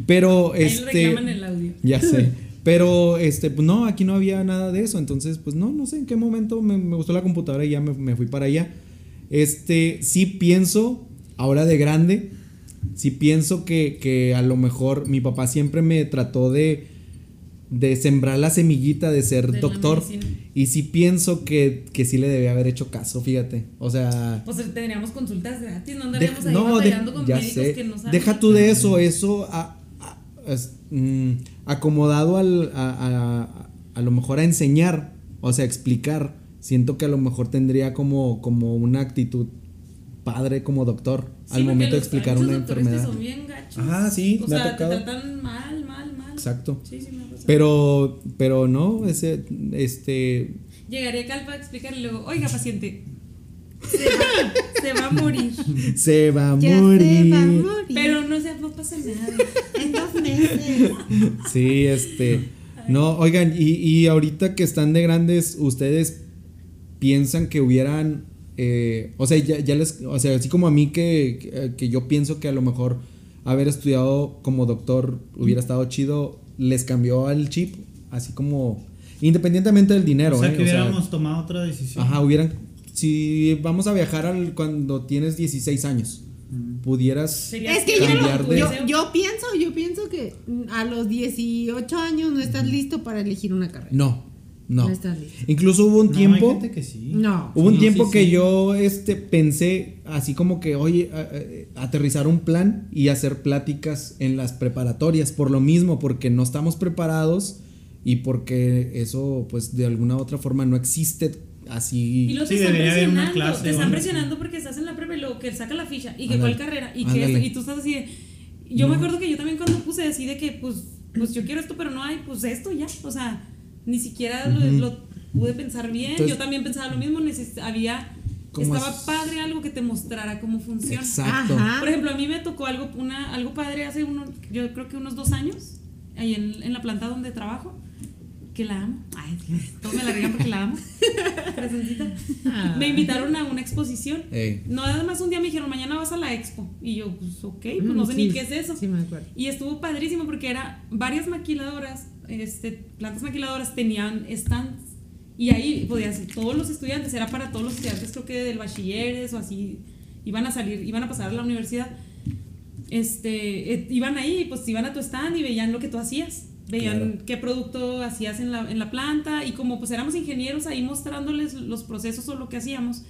[SPEAKER 2] Pero
[SPEAKER 3] Ahí le
[SPEAKER 2] este
[SPEAKER 3] reclaman el audio.
[SPEAKER 2] ya sé. Pero, este, pues no, aquí no había nada de eso. Entonces, pues no, no sé en qué momento me, me gustó la computadora y ya me, me fui para allá. Este, sí pienso, ahora de grande, sí pienso que, que a lo mejor mi papá siempre me trató de, de sembrar la semillita de ser
[SPEAKER 3] De la
[SPEAKER 2] doctor.
[SPEAKER 3] medicina.
[SPEAKER 2] Y sí pienso que, que sí le debía haber hecho caso, fíjate. O sea...
[SPEAKER 3] Pues tendríamos consultas gratis, no
[SPEAKER 2] Dej-
[SPEAKER 3] andaríamos ahí
[SPEAKER 2] no, de-
[SPEAKER 3] batallando con
[SPEAKER 2] ya
[SPEAKER 3] médicos
[SPEAKER 2] sé.
[SPEAKER 3] que no saben.
[SPEAKER 2] Deja tú de eso, eso a- a- es- mm, acomodado al, a, a- a lo mejor a enseñar, o sea, explicar. Siento que a lo mejor tendría como, como una actitud padre como doctor
[SPEAKER 3] Sí, porque
[SPEAKER 2] al momento de
[SPEAKER 3] los-
[SPEAKER 2] explicar
[SPEAKER 3] hay
[SPEAKER 2] una
[SPEAKER 3] muchos doctores que
[SPEAKER 2] enfermedad.
[SPEAKER 3] son bien gachos.
[SPEAKER 2] Ajá, sí,
[SPEAKER 3] O
[SPEAKER 2] me ha
[SPEAKER 3] sea,
[SPEAKER 2] tocado.
[SPEAKER 3] te tratan mal, mal, mal.
[SPEAKER 2] Exacto.
[SPEAKER 3] Sí, sí, me ha pasado.
[SPEAKER 2] Pero, pero no, ese, este,
[SPEAKER 3] Llegaré acá para explicarle luego, oiga, paciente, se va, se va a morir.
[SPEAKER 2] se va a
[SPEAKER 1] Ya se
[SPEAKER 2] morir.
[SPEAKER 1] va a morir.
[SPEAKER 3] Pero no, se no pasa nada.
[SPEAKER 1] En dos meses.
[SPEAKER 2] Sí, este. No, oigan, y, y ahorita que están de grandes, ¿ustedes piensan que hubieran. eh, o sea, ya, ya les. O sea, así como a mí que, que- que yo pienso que a lo mejor haber estudiado como doctor
[SPEAKER 4] Mm.
[SPEAKER 2] hubiera estado chido, les cambió el chip, así como. Independientemente del dinero,
[SPEAKER 4] o sea,
[SPEAKER 2] ¿eh?
[SPEAKER 4] que
[SPEAKER 2] O sea,
[SPEAKER 4] hubiéramos tomado otra decisión.
[SPEAKER 2] Ajá, hubieran. Si vamos a viajar al, cuando tienes 16 años,
[SPEAKER 4] Mm.
[SPEAKER 2] pudieras.
[SPEAKER 3] Sería
[SPEAKER 1] Es que yo, lo-
[SPEAKER 2] Cambiar de-
[SPEAKER 1] yo, yo pienso, yo pienso que mm, a los 18 años no estás listo para elegir una carrera.
[SPEAKER 2] No, no.
[SPEAKER 1] No estás listo.
[SPEAKER 2] Incluso hubo un
[SPEAKER 4] No,
[SPEAKER 2] tiempo.
[SPEAKER 4] Hay gente que sí.
[SPEAKER 1] No.
[SPEAKER 2] Hubo un
[SPEAKER 4] Sí,
[SPEAKER 2] tiempo
[SPEAKER 4] sí,
[SPEAKER 2] que
[SPEAKER 4] sí.
[SPEAKER 2] yo este, pensé así como que, oye, a- a- aterrizar un plan y hacer pláticas en las preparatorias, por lo mismo, porque no estamos preparados y porque eso, pues, de alguna u otra forma no existe
[SPEAKER 3] Y
[SPEAKER 2] así.
[SPEAKER 3] luego
[SPEAKER 4] Sí,
[SPEAKER 3] te están
[SPEAKER 4] debería haber una
[SPEAKER 3] presionando,
[SPEAKER 4] clase
[SPEAKER 3] te
[SPEAKER 4] o
[SPEAKER 3] están
[SPEAKER 4] algo.
[SPEAKER 3] presionando porque estás en la prepa y luego que él saca la ficha y que
[SPEAKER 2] Ándale.
[SPEAKER 3] cuál carrera y que
[SPEAKER 2] Ándale.
[SPEAKER 3] esto, y tú estás así de, yo me acuerdo que yo también cuando puse así de que pues, pues yo quiero esto pero no hay, pues esto ya, o sea, ni siquiera lo-
[SPEAKER 2] Ujú.
[SPEAKER 3] lo, pude pensar bien,
[SPEAKER 2] Entonces-
[SPEAKER 3] yo también pensaba lo mismo, neces- había,
[SPEAKER 2] Como
[SPEAKER 3] estaba
[SPEAKER 2] es-
[SPEAKER 3] padre algo que te mostrara cómo funciona.
[SPEAKER 2] Exacto.
[SPEAKER 1] Ajá.
[SPEAKER 3] Por ejemplo, a mí me tocó algo, una, algo padre hace uno, yo creo que unos dos años, ahí en, en la planta donde trabajo, que la amo. Ay, Dios, todos me la regan porque la amo. Presencita. Me invitaron a una exposición.
[SPEAKER 2] Ey.
[SPEAKER 3] No, nada más un día me dijeron, mañana vas a la expo. Y yo, pues ok, pues no sé
[SPEAKER 1] Mm,
[SPEAKER 3] ni
[SPEAKER 1] sí,
[SPEAKER 3] qué es eso.
[SPEAKER 1] Sí, me acuerdo.
[SPEAKER 3] Y estuvo padrísimo porque era varias maquiladoras, este, plantas maquiladoras tenían stands y ahí podías, todos los estudiantes, era para todos los estudiantes creo que del bachilleres o así, iban a salir, iban a pasar a la universidad, este, eh, iban ahí, pues iban a tu stand y veían lo que tú hacías, veían
[SPEAKER 2] Claro.
[SPEAKER 3] qué producto hacías en la, en la planta y como pues éramos ingenieros ahí mostrándoles los procesos o lo que hacíamos,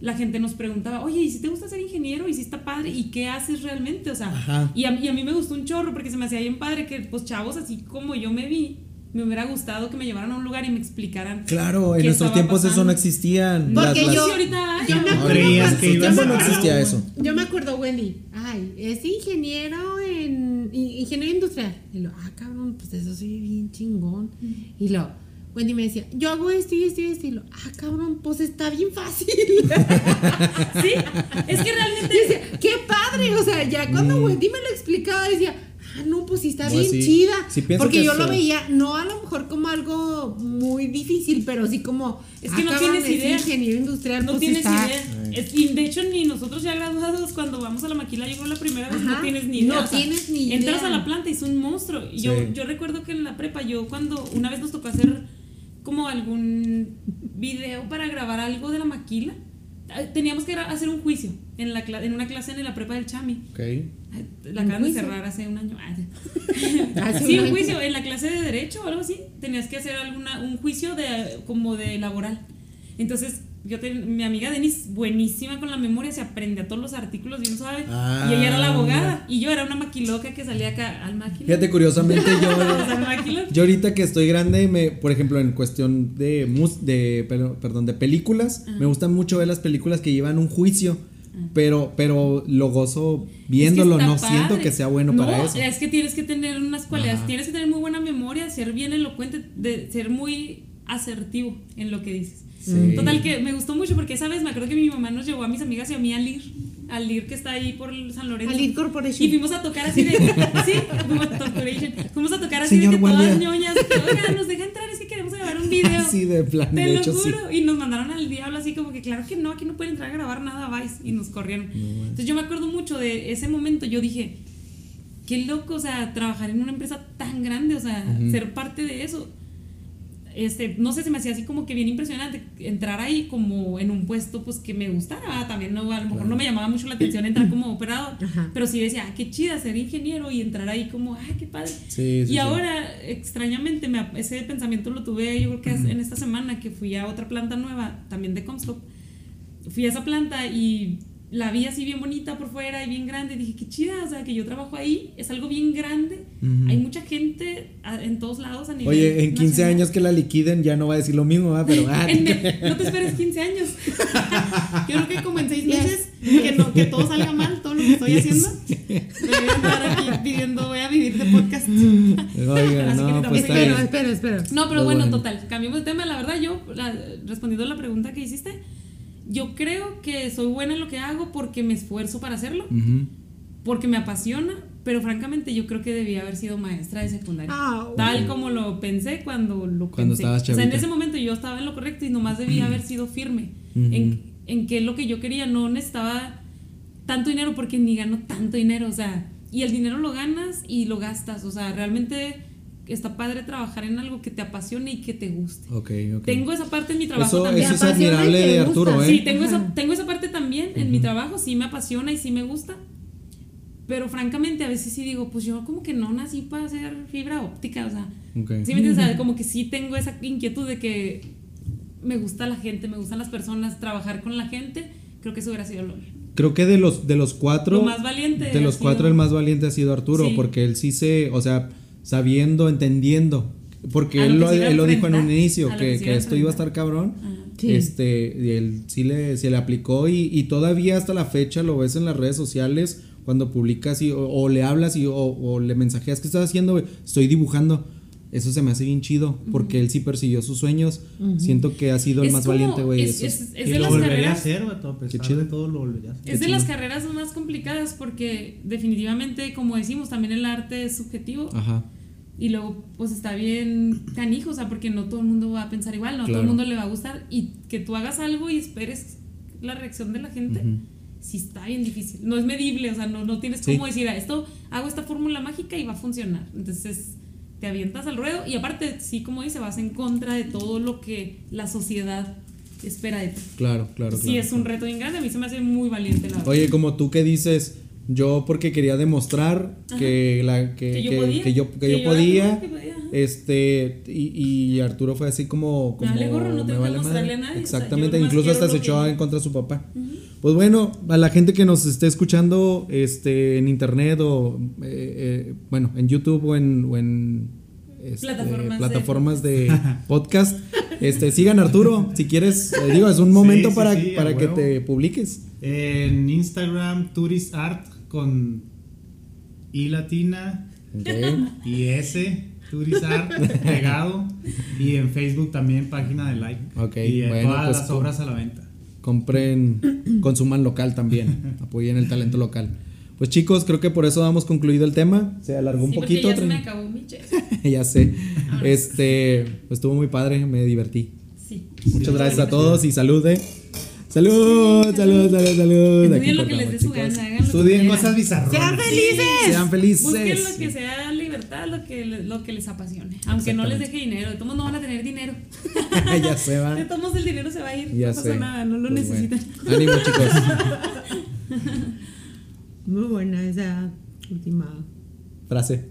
[SPEAKER 3] la gente nos preguntaba, oye, ¿y si te gusta ser ingeniero? ¿Y si está padre? ¿Y qué haces realmente? O sea,
[SPEAKER 2] Ajá.
[SPEAKER 3] y a, y a mí me gustó un chorro porque se me hacía bien padre que, pues, chavos, así como yo me vi, me hubiera gustado que me llevaran a un lugar y me explicaran.
[SPEAKER 2] Claro, en
[SPEAKER 3] qué
[SPEAKER 2] nuestros
[SPEAKER 3] estaba
[SPEAKER 2] tiempos eso no
[SPEAKER 3] pasando.
[SPEAKER 2] existían.
[SPEAKER 1] Porque
[SPEAKER 3] Sí,
[SPEAKER 1] yo-
[SPEAKER 3] ahorita hay,
[SPEAKER 1] yo me
[SPEAKER 3] ¿no?
[SPEAKER 1] acuerdo
[SPEAKER 4] creías
[SPEAKER 1] cuando-
[SPEAKER 4] que
[SPEAKER 2] en nuestros
[SPEAKER 1] yo me
[SPEAKER 4] ibas
[SPEAKER 2] tiempos no
[SPEAKER 4] a-
[SPEAKER 1] acuerdo-
[SPEAKER 2] existía eso.
[SPEAKER 1] Yo me acuerdo, Wendy, ay, es ingeniero en in- ingeniero industrial. Y lo, ah, cabrón, pues eso soy bien chingón. Y lo, Wendy me decía, yo hago esto y esto y esto. Y lo, ah, cabrón, pues está bien fácil.
[SPEAKER 3] Sí, es que realmente.
[SPEAKER 1] Y decía, qué padre. O sea, ya cuando Wendy me lo explicaba, decía, ah, Mm. no, pues sí está
[SPEAKER 2] Pues
[SPEAKER 1] bien
[SPEAKER 2] sí.
[SPEAKER 1] chida.
[SPEAKER 2] Sí, pienso
[SPEAKER 1] Porque
[SPEAKER 2] que
[SPEAKER 1] yo
[SPEAKER 2] es,
[SPEAKER 1] lo
[SPEAKER 2] eh,
[SPEAKER 1] veía, no a lo mejor como algo muy difícil, pero sí como.
[SPEAKER 3] Es que
[SPEAKER 1] "Ah,
[SPEAKER 3] no
[SPEAKER 1] cabrón,
[SPEAKER 3] tienes
[SPEAKER 1] es
[SPEAKER 3] idea".
[SPEAKER 1] ingeniero industrial,
[SPEAKER 3] No
[SPEAKER 1] pues
[SPEAKER 3] tienes
[SPEAKER 1] está-
[SPEAKER 3] idea. Es- y de hecho, ni nosotros ya graduados, cuando vamos a la maquila, yo creo la primera vez
[SPEAKER 1] Ajá.
[SPEAKER 3] no tienes ni idea.
[SPEAKER 1] No tienes ni
[SPEAKER 3] Entras
[SPEAKER 1] idea.
[SPEAKER 3] a la planta y es un monstruo. Y Yo,
[SPEAKER 2] Sí.
[SPEAKER 3] yo recuerdo que en la prepa, yo cuando una vez nos tocó hacer como algún video para grabar algo de la maquila, eh, teníamos que gra- hacer un juicio en, la cla- en una clase en la prepa del Chami.
[SPEAKER 2] Ok.
[SPEAKER 3] Ay, La
[SPEAKER 1] ¿Un
[SPEAKER 3] acaban de
[SPEAKER 1] juicio?
[SPEAKER 3] cerrar hace un año. Ay,
[SPEAKER 1] Hace
[SPEAKER 3] sí,
[SPEAKER 1] un
[SPEAKER 3] un
[SPEAKER 1] año.
[SPEAKER 3] juicio. En la clase de derecho o algo así, tenías que hacer alguna, un juicio de, como de laboral. Entonces, yo ten- mi amiga Denis, buenísima con la memoria, se aprende a todos los artículos bien suave.
[SPEAKER 2] Ah.
[SPEAKER 3] y ella era la abogada. Y yo era una maquiloca que salía acá al maquilo.
[SPEAKER 2] Fíjate, curiosamente yo...
[SPEAKER 3] Al maquilo.
[SPEAKER 2] Yo ahorita que estoy grande, me, por ejemplo, en cuestión de, mus- de pero- perdón, de películas, me gustan mucho ver las películas que llevan un juicio, pero, pero lo gozo viéndolo,
[SPEAKER 3] Es que
[SPEAKER 2] no
[SPEAKER 3] está
[SPEAKER 2] siento
[SPEAKER 3] padre.
[SPEAKER 2] que sea bueno
[SPEAKER 3] No, eh,
[SPEAKER 2] para eso.
[SPEAKER 3] Es que tienes que tener unas cualidades, tienes que tener muy buena memoria, ser bien elocuente, de, ser muy asertivo en lo que dices.
[SPEAKER 2] Sí.
[SPEAKER 3] Total que me gustó mucho porque esa vez me acuerdo que mi mamá nos llevó a mis amigas y a mí al IR, al IR que está ahí por San Lorenzo.
[SPEAKER 1] Al IR Corporation.
[SPEAKER 3] Y fuimos a tocar así de sí, fuimos a Corporation. Fuimos a tocar así
[SPEAKER 2] Señor
[SPEAKER 3] de que
[SPEAKER 2] guardia.
[SPEAKER 3] todas ñoñas, que, oiga, nos deja entrar, es que queremos grabar un video.
[SPEAKER 2] Así de plan,
[SPEAKER 3] Te
[SPEAKER 2] de
[SPEAKER 3] lo
[SPEAKER 2] hecho, sí.
[SPEAKER 3] juro. Y nos mandaron al diablo así como que claro que no, aquí no pueden entrar a grabar nada, Vice. Y nos corrieron. Entonces yo me acuerdo mucho de ese momento. Yo dije, qué loco, o sea, trabajar en una empresa tan grande, o sea, ser parte de eso. Este, no sé, se me hacía así como que bien impresionante entrar ahí como en un puesto pues que me gustara, también no, a lo mejor no me llamaba mucho la atención entrar como operador,
[SPEAKER 1] Ajá.
[SPEAKER 3] pero sí decía, ah, qué chida ser ingeniero y entrar ahí como, ah, qué padre.
[SPEAKER 2] Sí, sí,
[SPEAKER 3] y
[SPEAKER 2] sí.
[SPEAKER 3] ahora, extrañamente, me ap- ese pensamiento lo tuve yo creo que en esta semana que fui a otra planta nueva, también de Comstock, fui a esa planta y la vi así bien bonita por fuera y bien grande. Y dije, qué chida, o sea, que yo trabajo ahí. Es algo bien grande. Hay mucha gente a- en todos lados a nivel.
[SPEAKER 2] Oye, en 15
[SPEAKER 3] nacional.
[SPEAKER 2] años que la liquiden ya no va a decir lo mismo, ¿verdad? pero... ah,
[SPEAKER 3] En me- no te esperes 15 años. Yo creo que como en 6
[SPEAKER 1] Yes.
[SPEAKER 3] meses, que, no, que todo salga mal, todo lo que estoy
[SPEAKER 2] Yes.
[SPEAKER 3] haciendo, me voy a estar aquí pidiendo, voy a vivir de podcast.
[SPEAKER 2] oiga,
[SPEAKER 3] Así que
[SPEAKER 2] no,
[SPEAKER 3] ni
[SPEAKER 2] pues
[SPEAKER 3] tampoco-
[SPEAKER 2] está
[SPEAKER 1] Espero,
[SPEAKER 2] bien.
[SPEAKER 1] espero, espero.
[SPEAKER 3] No, pero
[SPEAKER 2] Muy
[SPEAKER 3] bueno,
[SPEAKER 2] bueno.
[SPEAKER 3] total, cambiamos de tema. La verdad, yo, la- respondiendo a la pregunta que hiciste, yo creo que soy buena en lo que hago porque me esfuerzo para hacerlo,
[SPEAKER 2] Ujú.
[SPEAKER 3] porque me apasiona, pero francamente yo creo que debía haber sido maestra de secundaria.
[SPEAKER 1] Ah,
[SPEAKER 3] Tal como lo pensé cuando lo
[SPEAKER 2] Cuando
[SPEAKER 3] pensé.
[SPEAKER 2] estabas
[SPEAKER 3] o sea, en
[SPEAKER 2] chavita.
[SPEAKER 3] ese momento yo estaba en lo correcto y nomás debía haber sido firme en, en que lo que yo quería no necesitaba tanto dinero porque ni gano tanto dinero, o sea, y el dinero lo ganas y lo gastas, o sea, realmente está padre trabajar en algo que te apasione y que te guste.
[SPEAKER 2] Ok, ok.
[SPEAKER 3] Tengo esa parte en mi trabajo
[SPEAKER 2] Eso,
[SPEAKER 3] también.
[SPEAKER 2] eso es
[SPEAKER 1] Me apasiona y
[SPEAKER 2] admirable
[SPEAKER 1] te
[SPEAKER 2] de
[SPEAKER 1] gusta.
[SPEAKER 2] Arturo, ¿eh?
[SPEAKER 3] Sí, tengo
[SPEAKER 1] Ajá.
[SPEAKER 3] esa, tengo esa parte también en mi trabajo, sí me apasiona y sí me gusta. Pero francamente, a veces sí digo, pues yo como que no nací para hacer fibra óptica, o sea.
[SPEAKER 2] Ok.
[SPEAKER 3] Sí, me entiendes? O sea, como que sí tengo esa inquietud de que me gusta la gente, me gustan las personas, trabajar con la gente. Creo que eso hubiera sido lo.
[SPEAKER 2] Creo que de los de los cuatro
[SPEAKER 3] Lo más valiente
[SPEAKER 2] de
[SPEAKER 3] ha
[SPEAKER 2] los
[SPEAKER 3] sido-
[SPEAKER 2] cuatro el más valiente ha sido Arturo
[SPEAKER 3] Sí.
[SPEAKER 2] porque él sí se o sea sabiendo entendiendo porque
[SPEAKER 3] A lo
[SPEAKER 2] él
[SPEAKER 3] que
[SPEAKER 2] lo,
[SPEAKER 3] se iba a
[SPEAKER 2] él lo dijo en un
[SPEAKER 3] enfrentar,
[SPEAKER 2] inicio
[SPEAKER 3] a lo
[SPEAKER 2] que,
[SPEAKER 3] que se
[SPEAKER 2] que
[SPEAKER 3] iba a
[SPEAKER 2] esto iba a
[SPEAKER 3] enfrentar.
[SPEAKER 2] estar cabrón
[SPEAKER 1] Sí.
[SPEAKER 2] este y él sí le se le aplicó y, y todavía hasta la fecha lo ves en las redes sociales cuando publicas y, o, o le hablas y o, o le mensajeas qué estás haciendo güey? estoy dibujando eso se me hace bien chido porque él sí persiguió sus sueños siento que ha sido el
[SPEAKER 3] Es
[SPEAKER 2] más
[SPEAKER 3] como-
[SPEAKER 2] valiente güey
[SPEAKER 3] es-
[SPEAKER 2] eso es-
[SPEAKER 3] es- es
[SPEAKER 4] Y
[SPEAKER 3] de
[SPEAKER 4] lo
[SPEAKER 3] las
[SPEAKER 4] volvería a
[SPEAKER 3] carreras-
[SPEAKER 4] hacer, vato. A pesar
[SPEAKER 2] chido.
[SPEAKER 4] de todo, lo volvería a hacer.
[SPEAKER 3] Es de
[SPEAKER 2] chido.
[SPEAKER 3] las carreras más complicadas porque definitivamente, como decimos, también el arte es subjetivo.
[SPEAKER 2] ajá
[SPEAKER 3] Y luego, pues está bien canijo, o sea, porque no todo el mundo va a pensar igual, no a todo
[SPEAKER 2] Claro.
[SPEAKER 3] el mundo le va a gustar. Y que tú hagas algo y esperes la reacción de la gente, sí está bien difícil. No es medible, o sea, no, no tienes
[SPEAKER 2] Sí.
[SPEAKER 3] cómo decir, "Ah, esto hago esta fórmula mágica y va a funcionar. Entonces, te avientas al ruedo y aparte, sí, como dice, vas en contra de todo lo que la sociedad espera de ti.
[SPEAKER 2] claro claro
[SPEAKER 3] sí,
[SPEAKER 2] claro.
[SPEAKER 3] es un reto bien grande, a mí se me hace muy valiente la verdad.
[SPEAKER 2] Oye, como tú que dices, yo porque quería demostrar que, la, que,
[SPEAKER 3] Que yo
[SPEAKER 2] que-
[SPEAKER 3] podía,
[SPEAKER 2] que yo, que
[SPEAKER 3] que yo
[SPEAKER 2] yo
[SPEAKER 3] era
[SPEAKER 2] podía,
[SPEAKER 3] capaz, que podía, ajá.
[SPEAKER 2] Este, y, y Arturo fue así como.
[SPEAKER 3] Me
[SPEAKER 2] como
[SPEAKER 3] vale gorro, no
[SPEAKER 2] "Me
[SPEAKER 3] tengo que
[SPEAKER 2] vale madre".
[SPEAKER 3] mostrarle a nadie, o sea,
[SPEAKER 2] Exactamente,
[SPEAKER 3] yo nomás
[SPEAKER 2] incluso hasta
[SPEAKER 3] quiero
[SPEAKER 2] se
[SPEAKER 3] lo
[SPEAKER 2] echó
[SPEAKER 3] que-
[SPEAKER 2] en contra de su papá. Pues bueno, a la gente que nos esté escuchando este, en internet o, eh, eh, bueno, en YouTube o en. o en, este,
[SPEAKER 3] Plataformas de-
[SPEAKER 2] plataformas de, podcast. Este, sigan a Arturo, si quieres. eh, digo, es un momento
[SPEAKER 4] Sí, sí,
[SPEAKER 2] para,
[SPEAKER 4] sí, a
[SPEAKER 2] para que
[SPEAKER 4] huevo.
[SPEAKER 2] te publiques.
[SPEAKER 4] En Instagram, Tourist Art con I latina
[SPEAKER 2] Ok.
[SPEAKER 4] y S, Tourist Art pegado. Y en Facebook también, página de like.
[SPEAKER 2] Ok,
[SPEAKER 4] y eh,
[SPEAKER 2] bueno,
[SPEAKER 4] todas
[SPEAKER 2] pues,
[SPEAKER 4] las
[SPEAKER 2] con-
[SPEAKER 4] obras a la venta.
[SPEAKER 2] compren, consuman local también, apoyen el talento local. Pues chicos, creo que por eso damos concluido el tema. Se alargó un
[SPEAKER 3] Sí, porque
[SPEAKER 2] poquito.
[SPEAKER 3] Ya se
[SPEAKER 2] tre-
[SPEAKER 3] me acabó Ah. mi cheque.
[SPEAKER 2] ya sé. Este, pues estuvo muy padre, me divertí.
[SPEAKER 3] Sí.
[SPEAKER 2] Muchas gracias a todos y salud. eh. Salud, salud, salud, salud.
[SPEAKER 3] Estudien
[SPEAKER 2] Aquí
[SPEAKER 3] lo que les
[SPEAKER 2] cortamos,
[SPEAKER 3] dé su
[SPEAKER 2] chicos.
[SPEAKER 3] gana, hagan lo que
[SPEAKER 4] Estudien
[SPEAKER 3] quieran.
[SPEAKER 4] cosas bizarras.
[SPEAKER 1] ¡Sean felices!
[SPEAKER 2] Sean
[SPEAKER 3] Busquen lo
[SPEAKER 2] felices.
[SPEAKER 3] que sea libertad, lo que, le- lo que les apasione. Aunque no les deje dinero. De todos modos no van a tener dinero.
[SPEAKER 2] ya se
[SPEAKER 3] De
[SPEAKER 2] va.
[SPEAKER 3] todos modos el dinero se va a ir.
[SPEAKER 2] Ah. Ya
[SPEAKER 3] no pasa
[SPEAKER 2] sé.
[SPEAKER 3] nada, no lo
[SPEAKER 2] Pues bueno.
[SPEAKER 3] necesitan.
[SPEAKER 2] Ánimo, chicos.
[SPEAKER 1] Muy buena esa última.
[SPEAKER 2] Frase.